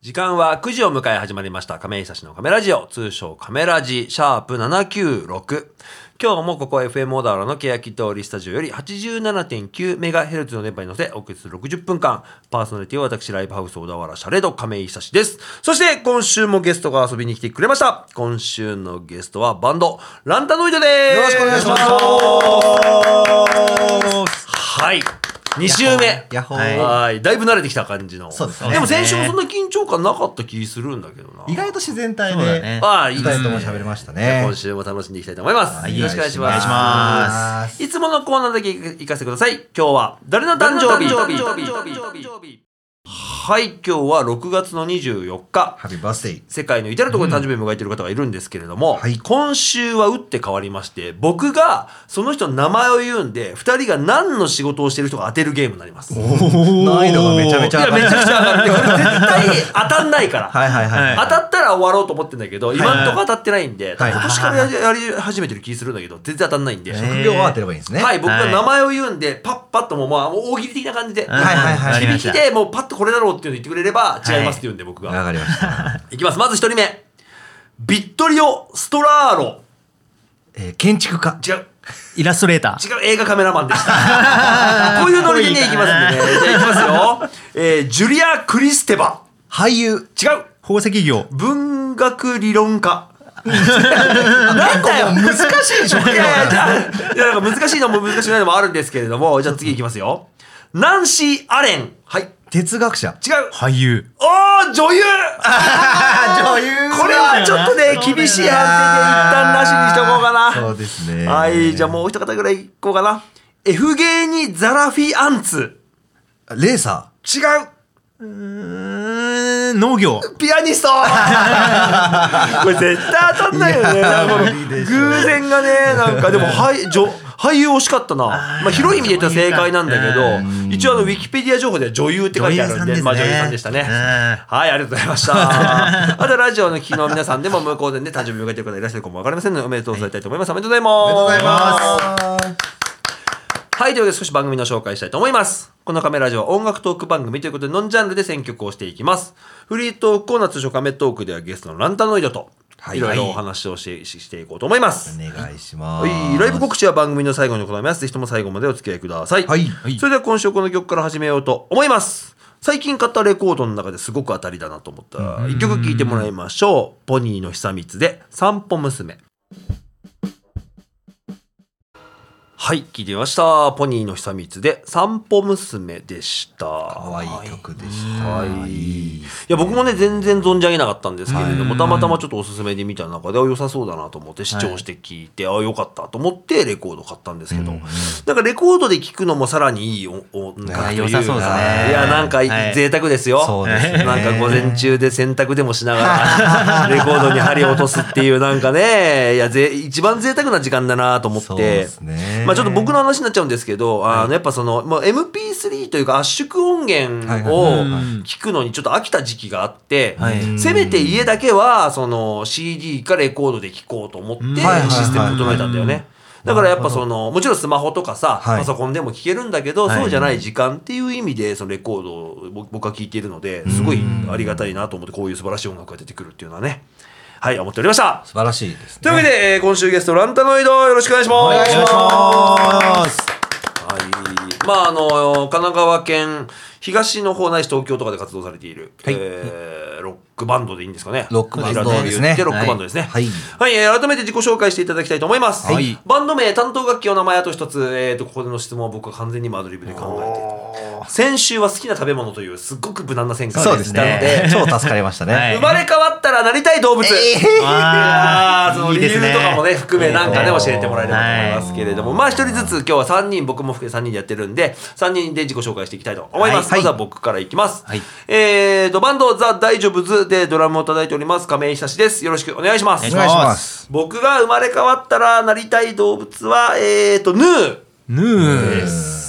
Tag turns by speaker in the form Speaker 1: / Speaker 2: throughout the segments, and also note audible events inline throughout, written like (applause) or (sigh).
Speaker 1: 時間は9時を迎え始まりました。亀井久志のカメラジオ、通称カメラジ、シャープ796。今日もここ FM 小田原の欅通りスタジオより 87.9MHz の電波に乗せ、お送りする60分間。パーソナリティは私、ライブハウス小田原シャレド亀井久志です。そして、今週もゲストが遊びに来てくれました。今週のゲストはバンド、ランタノイドです。。
Speaker 2: よろしくお願いします
Speaker 1: はい。2週目。
Speaker 2: やっほー
Speaker 1: はいはい、だいぶ慣れてきた感じの。
Speaker 2: そうですね
Speaker 1: でも先週もそんな緊張感なかった気するんだけどな。
Speaker 2: 意外と自然体
Speaker 3: そうだ
Speaker 2: で
Speaker 3: ね
Speaker 1: ああ、い
Speaker 2: 二
Speaker 1: いです
Speaker 2: 人と
Speaker 1: ね。
Speaker 2: も喋れました
Speaker 1: じゃあ
Speaker 2: ね
Speaker 1: 今。週も楽しんでいきたいと思います。
Speaker 2: はい
Speaker 1: よろしくお願いします。
Speaker 3: お願いしま
Speaker 1: いつものコーナーだけ行かせてください。今日は誰の誕生日はい、今日は6月の24日。
Speaker 2: ハッピーバースデー。
Speaker 1: 世界の至るところで誕生日を迎えている方がいるんですけれども、
Speaker 2: はい
Speaker 1: 今週は打って変わりまして、僕がその人の名前を言うんで、二人が何の仕事をしている人が当てるゲームになります。
Speaker 2: 難易度がめちゃめち
Speaker 1: い
Speaker 2: ゃ
Speaker 1: や、
Speaker 2: 上が
Speaker 1: め
Speaker 2: る
Speaker 1: ちゃくちゃ上がる。これ絶対当たんないから。
Speaker 2: はいはいはい。
Speaker 1: 当たったら終わろうと思ってんだけど、今んとこ当たってないんで、
Speaker 2: はい
Speaker 1: 今年からやりやり始めてる気するんだけど、全然当たんないんで。
Speaker 2: 職業は当てればいいんですね。
Speaker 1: はい、
Speaker 2: い。
Speaker 1: 僕が名前を言うんで、パッパッともう、まあ、大喜利的な感じで、
Speaker 3: はい
Speaker 2: はいはい
Speaker 1: 響きで、もうパッとこれだろうっていうの言ってくれれば、違いますって言うんで、僕
Speaker 2: わ
Speaker 1: が。
Speaker 2: かりました。
Speaker 1: いきます。まず一人目。ビットリオ・ストラーロ。
Speaker 2: えー建築家。
Speaker 1: 違う。
Speaker 3: イラストレーター。
Speaker 1: 違う映画カメラマンでした。こういうノリでね、いきますんでね。じゃあいきますよ。えージュリア・クリステバ。
Speaker 2: 俳優。
Speaker 1: 違う。
Speaker 3: 宝石業。
Speaker 1: 文学理論家。なんだよ。
Speaker 2: 難しい職業
Speaker 1: いやいや、じ
Speaker 2: だ
Speaker 1: ゃあ、いや、なんか難しいのも難しくないのもあるんですけれども、じゃあ次いきますよ。ナンシー・アレン。はい。違う。
Speaker 2: (laughs) 哲学者。
Speaker 3: 俳優。
Speaker 1: おー、女優
Speaker 2: (laughs) 女優
Speaker 1: これはちょっとね、厳しい判定で一旦なしにしとこうかな。
Speaker 2: そうですね
Speaker 1: はい、じゃあもうお一方ぐらいいこうかな。エフゲーニ・ザラフィアンツ。
Speaker 2: レーサ
Speaker 1: 違う。
Speaker 3: 農業。
Speaker 1: ピアニスト (laughs) これ絶対当たんないよね。なんか偶然がね、なんかでも俳女俳優惜しかったな。まあ広い意味で言ったら正解なんだけど、一応あのウィキペディア情報では女優って書いてあるんで、
Speaker 2: 女優さんですね
Speaker 1: まあ女優さんでしたね。
Speaker 3: うん
Speaker 1: はい、ありがとうございました。 (laughs) あとラジオの聞きの皆さんでも向こうでね、誕生日を迎えてる方いらっしゃるかもわかりませんので、おめでとうございたいと思います。おめでとうございます。
Speaker 2: ー。す。
Speaker 1: はい、というわけで少し番組の紹介したいと思います。このカメラジオは音楽トーク番組ということで、ノンジャンルで選曲をしていきます。フリートークコーナー通称カメトークではゲストのランタノイドと、
Speaker 2: はい
Speaker 1: いろいろお話をしししていこうと思います。
Speaker 2: お願いします。
Speaker 1: はい、ライブ告知は番組の最後に行います。ぜひとも最後までお付き合いください。
Speaker 2: はい
Speaker 3: い
Speaker 1: それでは今週この曲から始めようと思います。最近買ったレコードの中ですごく当たりだなと思った一曲聴いてもらいましょう。ポニーの久光で散歩娘。はい、聴いてみました。ポニーの久光で散歩娘でした。
Speaker 2: 可愛い曲でし
Speaker 1: は
Speaker 2: た。
Speaker 1: い
Speaker 2: いい。
Speaker 1: いや僕もね全然存じ上げなかったんですけれどもたまたまちょっとおすすめで見た中であ良さそうだなと思って視聴して聞いてあ良かったと思ってレコード買ったんですけどなんかレコードで聞くのもさらにいい音楽というか
Speaker 3: あ
Speaker 1: い
Speaker 3: 良さそうですね
Speaker 1: やなんか
Speaker 3: はい
Speaker 1: 贅沢ですよ
Speaker 2: そうですね
Speaker 1: なんか午前中で洗濯でもしながらレコードに針を落とすっていうなんかねいやぜ一番贅沢な時間だなと思っ
Speaker 2: そう
Speaker 1: て
Speaker 2: ですね。
Speaker 1: まあちょっと僕の話になっちゃうんですけど、あのやっぱその、まあ、MP3 というか圧縮音源
Speaker 2: はいはい
Speaker 1: を
Speaker 2: はい
Speaker 1: 聞くのにちょっと飽きた時期があって、
Speaker 3: はい
Speaker 1: せめて家だけはその CD かレコードで聴こうと思って
Speaker 3: うん
Speaker 1: シ
Speaker 2: はいはいはい
Speaker 1: ステム整えたんだよね。だからやっぱその、もちろんスマホとかさ、
Speaker 2: はい
Speaker 1: パソコンでも聴けるんだけど、
Speaker 3: はい
Speaker 1: そうじゃない時間っていう意味で、そのレコードを僕僕は聴いているので、すごいありがたいなと思って、こういう素晴らしい音楽が出てくるっていうのはね、はい、思っておりました。
Speaker 2: 素晴らしいです
Speaker 1: というわけ
Speaker 2: ね。
Speaker 1: で、えー今週ゲストランタノイドよろしくお願いします。
Speaker 2: お願いします。
Speaker 1: はい。まああの神奈川県東の方ないし東京とかで活動されている、
Speaker 2: はい
Speaker 1: えーロックバンドでいいんですかね。
Speaker 2: ロックバンドです
Speaker 1: 平たく言
Speaker 2: ね
Speaker 1: ってロックバンドですね。
Speaker 2: はいはい
Speaker 1: はい、えー改めて自己紹介していただきたいと思います。
Speaker 3: はい
Speaker 1: バンド名、担当楽器お名前あと一つ、えーとここでの質問は僕は完全に今アドリブで考えている。先週は好きな食べ物というすっごく無難な選択
Speaker 2: そ
Speaker 1: を
Speaker 2: うで
Speaker 1: し
Speaker 2: す
Speaker 1: たので、
Speaker 2: ね。超助かりましたね。
Speaker 3: はい
Speaker 1: 生まれ変わったらなりたい動物。あ
Speaker 3: あ
Speaker 1: ー
Speaker 3: ー
Speaker 1: その
Speaker 3: いい
Speaker 1: 理
Speaker 3: で
Speaker 1: 由
Speaker 3: すね
Speaker 1: とかもね含めなんかね
Speaker 2: え
Speaker 1: 教
Speaker 2: ー
Speaker 1: えてもらえればと思いますけれども、まあ一人ずつ今日は3人僕も含め3人でやってるんで3人で自己紹介していきたいと思います、
Speaker 2: はい
Speaker 1: まずは僕からいきます、
Speaker 3: はい
Speaker 1: えーとバンドザ・ダイジョブズでドラムを叩いております亀井久志ですよろしくお願いします
Speaker 3: お
Speaker 2: お願いします。
Speaker 1: 僕が生まれ変わったらなりたい動物はえーとヌー
Speaker 3: ヌー。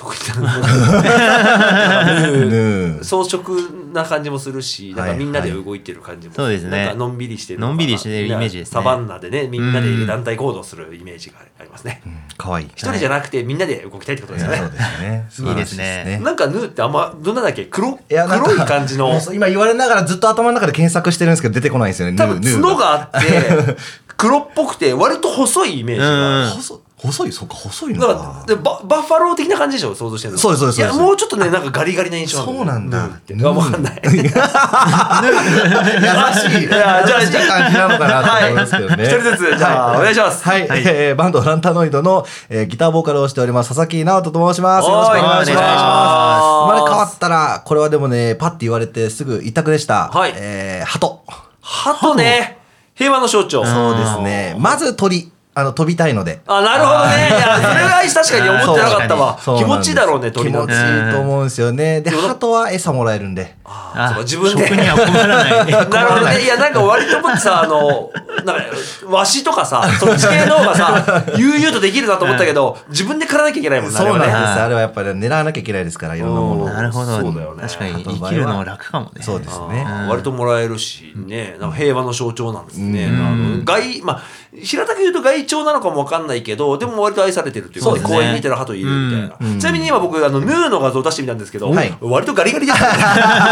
Speaker 1: 特になんか
Speaker 2: ぬ
Speaker 1: 装飾な感じもするし、なんかみんなで動いてる感じもる
Speaker 3: はいはいそうですね
Speaker 1: なんかのんびりしてる。
Speaker 3: のんびりしてるイメージですね
Speaker 1: サバンナでね、みんなで団体行動するイメージがありますね。
Speaker 2: かわいい。
Speaker 1: 一人じゃなくてみんなで動きたいってことですよ
Speaker 2: そう
Speaker 1: ね。
Speaker 2: ですね。素晴らし
Speaker 3: いいですね
Speaker 1: (laughs) なんかヌーってあんま、どんなだっけ黒
Speaker 2: いやなんか
Speaker 1: 黒い感じの
Speaker 2: (laughs) もう。そう今言われながらずっと頭の中で検索してるんですけど出てこないんですよね。
Speaker 1: 多分
Speaker 2: ヌー
Speaker 1: 角。があって、
Speaker 2: (laughs)
Speaker 1: 黒っぽくて、割と細いイメージ
Speaker 3: う
Speaker 1: が。
Speaker 3: ん
Speaker 2: 細細い、そうか、細いの
Speaker 1: だ
Speaker 2: か
Speaker 1: から。でババッファロー的な感じでしょ想像してるの
Speaker 2: そうですそうです
Speaker 1: いや
Speaker 2: そうです
Speaker 1: もうちょっとねなんかガリガリな印象
Speaker 2: そうなんだ
Speaker 1: ヌーってあわかんない (laughs)
Speaker 2: 優しい。
Speaker 1: いやじゃあ
Speaker 2: 優しい感じなのかなと思いますけどね。
Speaker 1: はい一人ずつじゃあ
Speaker 2: は
Speaker 1: お願いします
Speaker 2: はい。
Speaker 3: はい
Speaker 2: えーバンドランタノイドの、えーギターボーカルをしております、佐々木直人と申します。よろしくお願いします。
Speaker 3: お願いします
Speaker 2: 生まれ変わったら、これはでもね、パッて言われてすぐ一択でした。
Speaker 1: はい
Speaker 2: えー、鳩。
Speaker 1: 鳩ね平和の象徴
Speaker 2: そうですね。まず鳥。あの、飛びたいので。
Speaker 1: あなるほどねいやそれは確かに思ってなかったわ
Speaker 2: (laughs) そう
Speaker 1: 気
Speaker 2: なん
Speaker 1: 持
Speaker 2: です
Speaker 1: ちいいだろうね鳥の
Speaker 2: 気持ちいいと思うんですよね。で、鳩は餌もらえるんで。
Speaker 1: あそうか自分で
Speaker 3: 食には困らない。
Speaker 1: (laughs) なるほどね。いや、なんか割と僕さ、あの、なんか、わしとかさ、そっち系の方がさ、悠々とできるなと思ったけど、自分で狩らなきゃいけないもんな
Speaker 2: そうなんで
Speaker 1: あ
Speaker 2: す。
Speaker 1: れはね
Speaker 2: あれはやっぱり狙わなきゃいけないですから、いろんなものを。
Speaker 3: なるほど。
Speaker 1: そうだよね
Speaker 3: 確かに
Speaker 2: 鳩の場合
Speaker 3: 生
Speaker 2: は
Speaker 3: きるのは楽かもね。
Speaker 2: そうですね。
Speaker 1: あー割ともらえるし、ね、なんか平和の象徴なんですね。あの外、まあ、平たく言うと外鳥なのかもわかんないけど、でも割と愛されてるっていうか、
Speaker 2: そうですね
Speaker 1: 公園見てる鳩いるみたいな。ちなみに今僕、あの、ヌーの画像出してみたんですけど、
Speaker 2: はい
Speaker 1: 割とガリガリですね。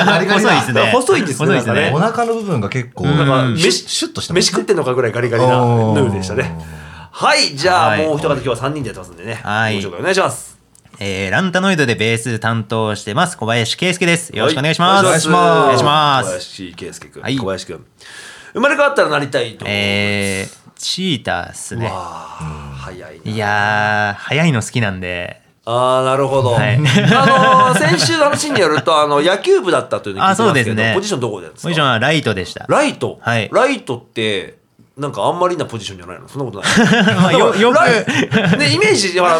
Speaker 2: ガリガリだ
Speaker 3: 細いですね。
Speaker 1: (laughs) 細いですね
Speaker 3: 細いです
Speaker 1: なん
Speaker 3: ね
Speaker 2: お。腹の部分が結構、
Speaker 1: なんか
Speaker 2: シュッ
Speaker 1: 飯
Speaker 2: シュッとした
Speaker 1: 飯食ってんのかぐらいガリガリな
Speaker 2: お
Speaker 1: ヌ
Speaker 2: ー
Speaker 1: ーでしたね。はい、じゃあ
Speaker 3: はい
Speaker 1: もう一方今日は3人でやってますんでね。
Speaker 3: はい
Speaker 1: ご紹介お願いします。
Speaker 3: えー、ランタノイドでベース担当してます、小林圭介です。よろしくお願いしま
Speaker 1: は
Speaker 3: す。お願いしま
Speaker 1: 小
Speaker 3: す。
Speaker 1: 林圭介君、
Speaker 3: はい
Speaker 1: 小林君。生まれ変わったらなりたいと思う。
Speaker 3: えー、チーターっす
Speaker 1: うわ
Speaker 3: ね。
Speaker 1: あ、早いな。
Speaker 3: いやー、早いの好きなんで。
Speaker 1: ああ、なるほど。
Speaker 3: はい
Speaker 1: あのー (laughs) 先週の話によると、あの、野球部だったというのを聞いて
Speaker 3: あそ
Speaker 1: ま
Speaker 3: う
Speaker 1: す
Speaker 3: で
Speaker 1: け
Speaker 3: す
Speaker 1: ど、
Speaker 3: ね
Speaker 1: ポジションどこでやって
Speaker 3: ポジション
Speaker 1: か
Speaker 3: はライトでした。
Speaker 1: ライト、
Speaker 3: はい
Speaker 1: ライトって、なんかあんまりなポジションじゃないのそんなことない。
Speaker 3: (laughs) まあよよく
Speaker 1: ライね、イメージ、ほら、
Speaker 3: は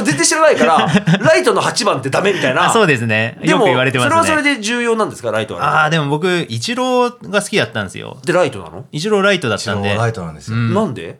Speaker 3: い
Speaker 1: 全然知らないから、ライトの8番ってダメみたいな。
Speaker 3: あそうですね。
Speaker 1: で
Speaker 3: よ
Speaker 1: も、
Speaker 3: く言われてますね。
Speaker 1: それはそれで重要なんですか、ライトはね、
Speaker 3: ああ、でも僕、イチローが好きだったんですよ。
Speaker 1: で、ライトなの、
Speaker 3: イチローライトだっ
Speaker 2: 一
Speaker 3: たん
Speaker 2: 応
Speaker 3: で。
Speaker 2: ライトなんですよ。
Speaker 1: なんで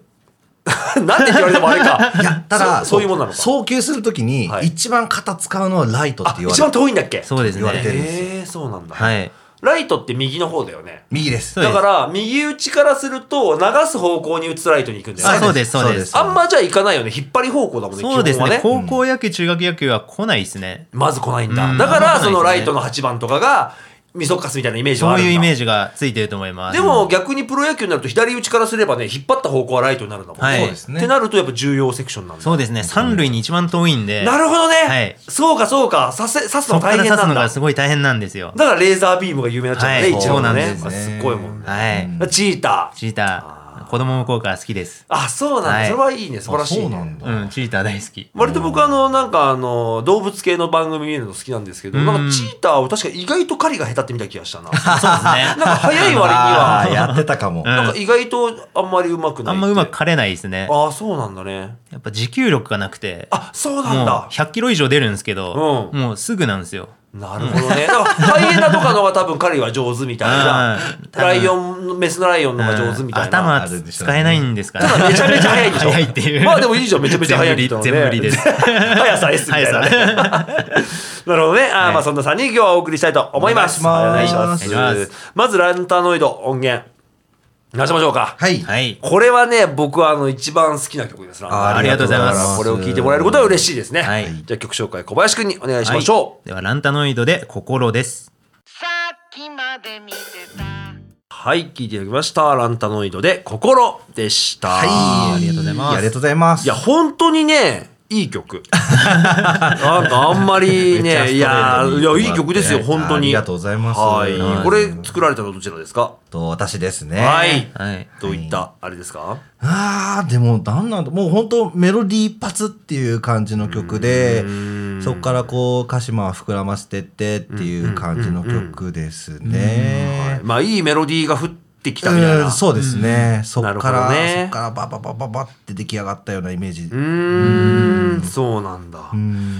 Speaker 1: (laughs) なんでって言われてもあれ
Speaker 3: (laughs)
Speaker 1: か。いや
Speaker 2: ただ
Speaker 1: そういうもんなのか。
Speaker 2: 送球するときに、
Speaker 1: はい
Speaker 2: 一番肩使うのはライトって
Speaker 1: あ
Speaker 2: 言わ
Speaker 1: 一
Speaker 2: れ
Speaker 1: 番
Speaker 2: る。
Speaker 1: 遠いんだっけ
Speaker 3: そうですね
Speaker 2: 言われてるんですよ
Speaker 1: えー、そうなんだ。
Speaker 3: はい。
Speaker 1: ライトって右の方だよね。
Speaker 2: 右です。
Speaker 3: そうで
Speaker 1: だ
Speaker 3: す
Speaker 1: から、右打ちからすると、流す方向に打つライトに行くんだよ
Speaker 3: あ
Speaker 1: ね。
Speaker 3: そうですそうです
Speaker 1: あんまじゃ行かないよね。引っ張り方向だもんね、
Speaker 3: そうです
Speaker 1: 基本は
Speaker 3: ね。高校野球、中学野球は来ないですね。
Speaker 1: まず来ないんだ。
Speaker 3: うん
Speaker 1: だか
Speaker 3: ま
Speaker 1: ら、
Speaker 3: ず来ないです
Speaker 1: そ
Speaker 3: ね
Speaker 1: のライトの8番とかが、ミソッカスみたいなイメージは
Speaker 3: そ
Speaker 1: あ
Speaker 3: う
Speaker 1: るんだ。
Speaker 3: いうイメージがついてると思います。
Speaker 1: でも逆にプロ野球になると左打ちからすればね、引っ張った方向はライトになるんだもんね。
Speaker 3: はいそう
Speaker 2: ですね
Speaker 1: ってなるとやっぱ重要セクションなんだ。
Speaker 3: そうですね。三塁に一番遠いんで。
Speaker 1: なるほどね、
Speaker 3: はい
Speaker 1: そうかそうか。刺せ、刺す
Speaker 3: そ
Speaker 1: の
Speaker 3: っか
Speaker 1: 大
Speaker 3: ら
Speaker 1: 変
Speaker 3: 刺
Speaker 1: な
Speaker 3: す
Speaker 1: ん
Speaker 3: の
Speaker 1: だ。
Speaker 3: がすごい大変なんですよ。
Speaker 1: だからレーザービームが有名になっちゃうんだね、
Speaker 3: はい
Speaker 1: 一応のね。
Speaker 3: そ
Speaker 2: なんで
Speaker 3: う
Speaker 2: すね
Speaker 1: あごいもんね。
Speaker 3: はい。
Speaker 1: チーター。
Speaker 3: チーター、子供の頃から好きです。
Speaker 1: あ、そうなんだ。
Speaker 3: はい
Speaker 1: それはいいね。素晴らしい、ね。
Speaker 2: あそうなんだ。
Speaker 3: うん、チーター大好き。
Speaker 1: 割と僕あの、なんかあの、動物系の番組見るの好きなんですけど、
Speaker 3: うん
Speaker 1: なんかチーターを確か意外と狩りが下手って見た気がしたな。
Speaker 3: (laughs)
Speaker 1: なん
Speaker 3: そうですね。
Speaker 1: (laughs) か早い割に
Speaker 2: あ
Speaker 1: は、
Speaker 2: あ、
Speaker 3: (laughs)
Speaker 2: やってたかも。
Speaker 3: ん
Speaker 1: なんか意外とあんまりうまくな
Speaker 3: あ
Speaker 1: いって。
Speaker 3: んまうまく狩れないですね。
Speaker 1: ああ、そうなんだね。
Speaker 3: やっぱ持久力がなくて。
Speaker 1: あ、そうな
Speaker 3: も
Speaker 1: ん
Speaker 3: う
Speaker 1: だ。
Speaker 3: 100キロ以上出るんですけど、
Speaker 1: う
Speaker 3: もうすぐなんですよ。
Speaker 1: なるほどね。だから、ハイエナとかの方が多分彼は上手みたいな
Speaker 3: うん。多分
Speaker 1: ライオン、メスのライオンの方が上手みたいな。
Speaker 3: 頭使えないんですから。
Speaker 1: めちゃめちゃ速いでしょ。
Speaker 3: 速いっていう。
Speaker 1: まあでもいいじゃん、めちゃめちゃ速いって言った
Speaker 3: 全
Speaker 1: の
Speaker 3: 部理全部理で
Speaker 1: (laughs)
Speaker 3: す。
Speaker 1: 速さ S みたいなね。なるほどね。あーまあそんな3人今日はお送りしたいと思います。
Speaker 2: お願いし
Speaker 1: お願
Speaker 2: ま
Speaker 1: い
Speaker 2: す
Speaker 1: します。まずランタノイド音源。流しましょうか。
Speaker 2: はい。
Speaker 3: はい。
Speaker 1: これはね、僕はあの一番好きな曲です。ランタノイド
Speaker 3: ーありがとうございます
Speaker 1: だからこれを聞いてもらえることは嬉しいですね。
Speaker 3: はい
Speaker 1: じゃあ曲紹介、小林くんにお願いしましょう。
Speaker 3: では、ランタノイドで心です。
Speaker 4: さっきまで見てた
Speaker 1: はい、聞いていただきました。ランタノイドで心でした。
Speaker 2: はい。
Speaker 3: ありがとうございます
Speaker 2: ありがとうございます。
Speaker 1: いや、本当にね、いい曲。なんかあんまり
Speaker 3: めっちゃストレート
Speaker 1: ね、
Speaker 3: に
Speaker 1: いや、いや、いい曲ですよ、
Speaker 2: ね
Speaker 1: 本当に。
Speaker 2: ありがとうございます
Speaker 1: はい。
Speaker 2: はい
Speaker 1: これ作られたのどちらですか
Speaker 2: と、私ですね。
Speaker 1: はい。
Speaker 3: はい。
Speaker 1: どういった、あれですか
Speaker 2: ああ、でも、なんなんだ、もう本当メロディー一発っていう感じの曲で、そこからこう、歌詞も膨らませてってっていう感じの曲です
Speaker 1: はい
Speaker 2: ね。
Speaker 1: まあ、いいメロディーが降ってきたみたいな。
Speaker 2: うんそうですね。そっか
Speaker 1: なる
Speaker 2: ら、
Speaker 1: ほどね
Speaker 2: そっからバババババって出来上がったようなイメージ。
Speaker 1: うーんそうなんだ。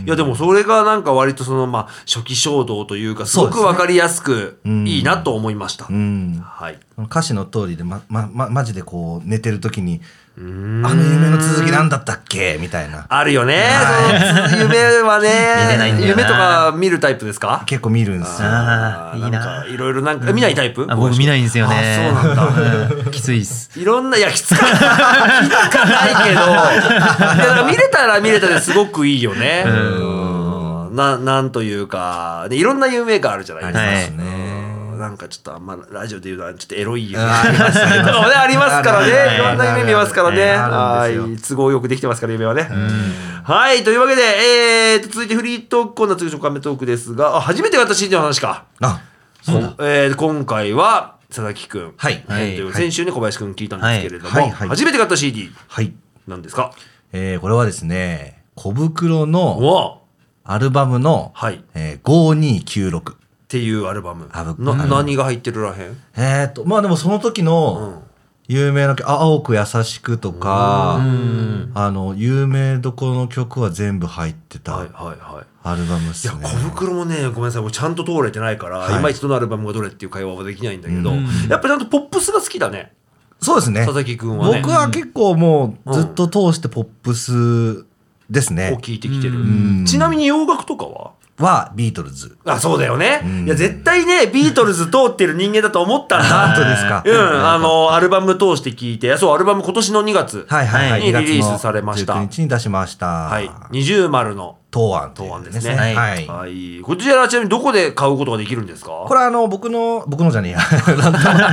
Speaker 1: いやでもそれがなんか割とそのまあ初期衝動というかすごくわかりやすくいいなと思いました。
Speaker 2: うん。
Speaker 1: はい。
Speaker 2: 歌詞の通りで、ま、ま、ま、マジでこう、寝てる時に、あの夢の続きなんだったっけみたいな
Speaker 1: あるよね。その夢はね。
Speaker 3: 見てないんだよな
Speaker 1: 夢とか見るタイプですか
Speaker 2: 結構見るんですよ
Speaker 3: ああ、いい
Speaker 1: なんか
Speaker 3: な。
Speaker 1: いろいろなんか、見ないタイプ
Speaker 3: あ僕見ないんですよね。
Speaker 1: あそうなんだ。
Speaker 3: (laughs) だ。きついっす。
Speaker 1: いろんな、いや、きつかった。きつか (laughs) ないけど、いや、だから見れたら見れたですごくいいよね。うんな、なんというか、でいろんな夢があるじゃないですか。
Speaker 3: はい
Speaker 2: ですね
Speaker 1: うんなんかちょっとあんまラジオで言うのはちょっとエロい夢ありますけどねありますから
Speaker 2: あ
Speaker 1: ねい
Speaker 2: る
Speaker 1: ろ
Speaker 2: あ
Speaker 1: ん
Speaker 2: る
Speaker 1: な夢見ますからね
Speaker 2: あ
Speaker 1: は
Speaker 2: るあるあるあるあるん
Speaker 1: い都合よくできてますから夢はねはいというわけでえーと続いてフリートークコーナー通常カメトークですがあ初めて私の話か
Speaker 2: あ
Speaker 1: そうえー今回は佐々木くん
Speaker 2: はい
Speaker 1: えーと
Speaker 2: はい
Speaker 1: 先週ね小林くん聞いたんですけれども
Speaker 2: はいはいはい
Speaker 1: 初めて買った CD
Speaker 2: はい、
Speaker 1: なんですか
Speaker 2: えーこれはですね小袋
Speaker 1: お
Speaker 2: の
Speaker 1: お
Speaker 2: アルバムの、
Speaker 1: はい
Speaker 2: えー5296
Speaker 1: っていうアルバム
Speaker 2: あ僕
Speaker 1: な
Speaker 2: うん
Speaker 1: 何が入ってるらへん
Speaker 2: えー、とまあでもその時の有名な曲「あ青く優しく」とかあの有名どころの曲は全部入ってた
Speaker 1: はいはいはい
Speaker 2: アルバムっ
Speaker 1: い
Speaker 2: す
Speaker 1: や
Speaker 2: ね、
Speaker 1: 小袋もねごめんなさい俺ちゃんと通れてないから、
Speaker 2: はい
Speaker 1: い、まいちどのアルバムがどれっていう会話はできないんだけど、
Speaker 3: うん
Speaker 1: やっぱちゃんとポップスが好きだね
Speaker 2: そうですね
Speaker 1: 佐々木君はね
Speaker 2: 僕は結構もうずっと通してポップスです
Speaker 1: を
Speaker 2: ね、
Speaker 1: 聞いてきてる、
Speaker 2: ん
Speaker 1: ちなみに洋楽とかは
Speaker 2: はビートルズ
Speaker 1: あそうだよね、
Speaker 2: うん
Speaker 1: いや絶対ねビートルズ通ってる人間だと思ったん
Speaker 2: あ本当
Speaker 1: だ
Speaker 2: ですか、
Speaker 1: うん、あのアルバム通して聞いてそうアルバム今年の2月
Speaker 2: はいはいはい、
Speaker 1: に
Speaker 2: 2月の
Speaker 1: リリースされました
Speaker 2: 19日に出しました
Speaker 1: はい、二重丸の
Speaker 2: 東案
Speaker 1: 答案ですね
Speaker 2: はい、
Speaker 1: はい、こちらはちなみにどこで買うことができるんですか
Speaker 2: これはあの僕の僕のじゃねえや (laughs) ランタ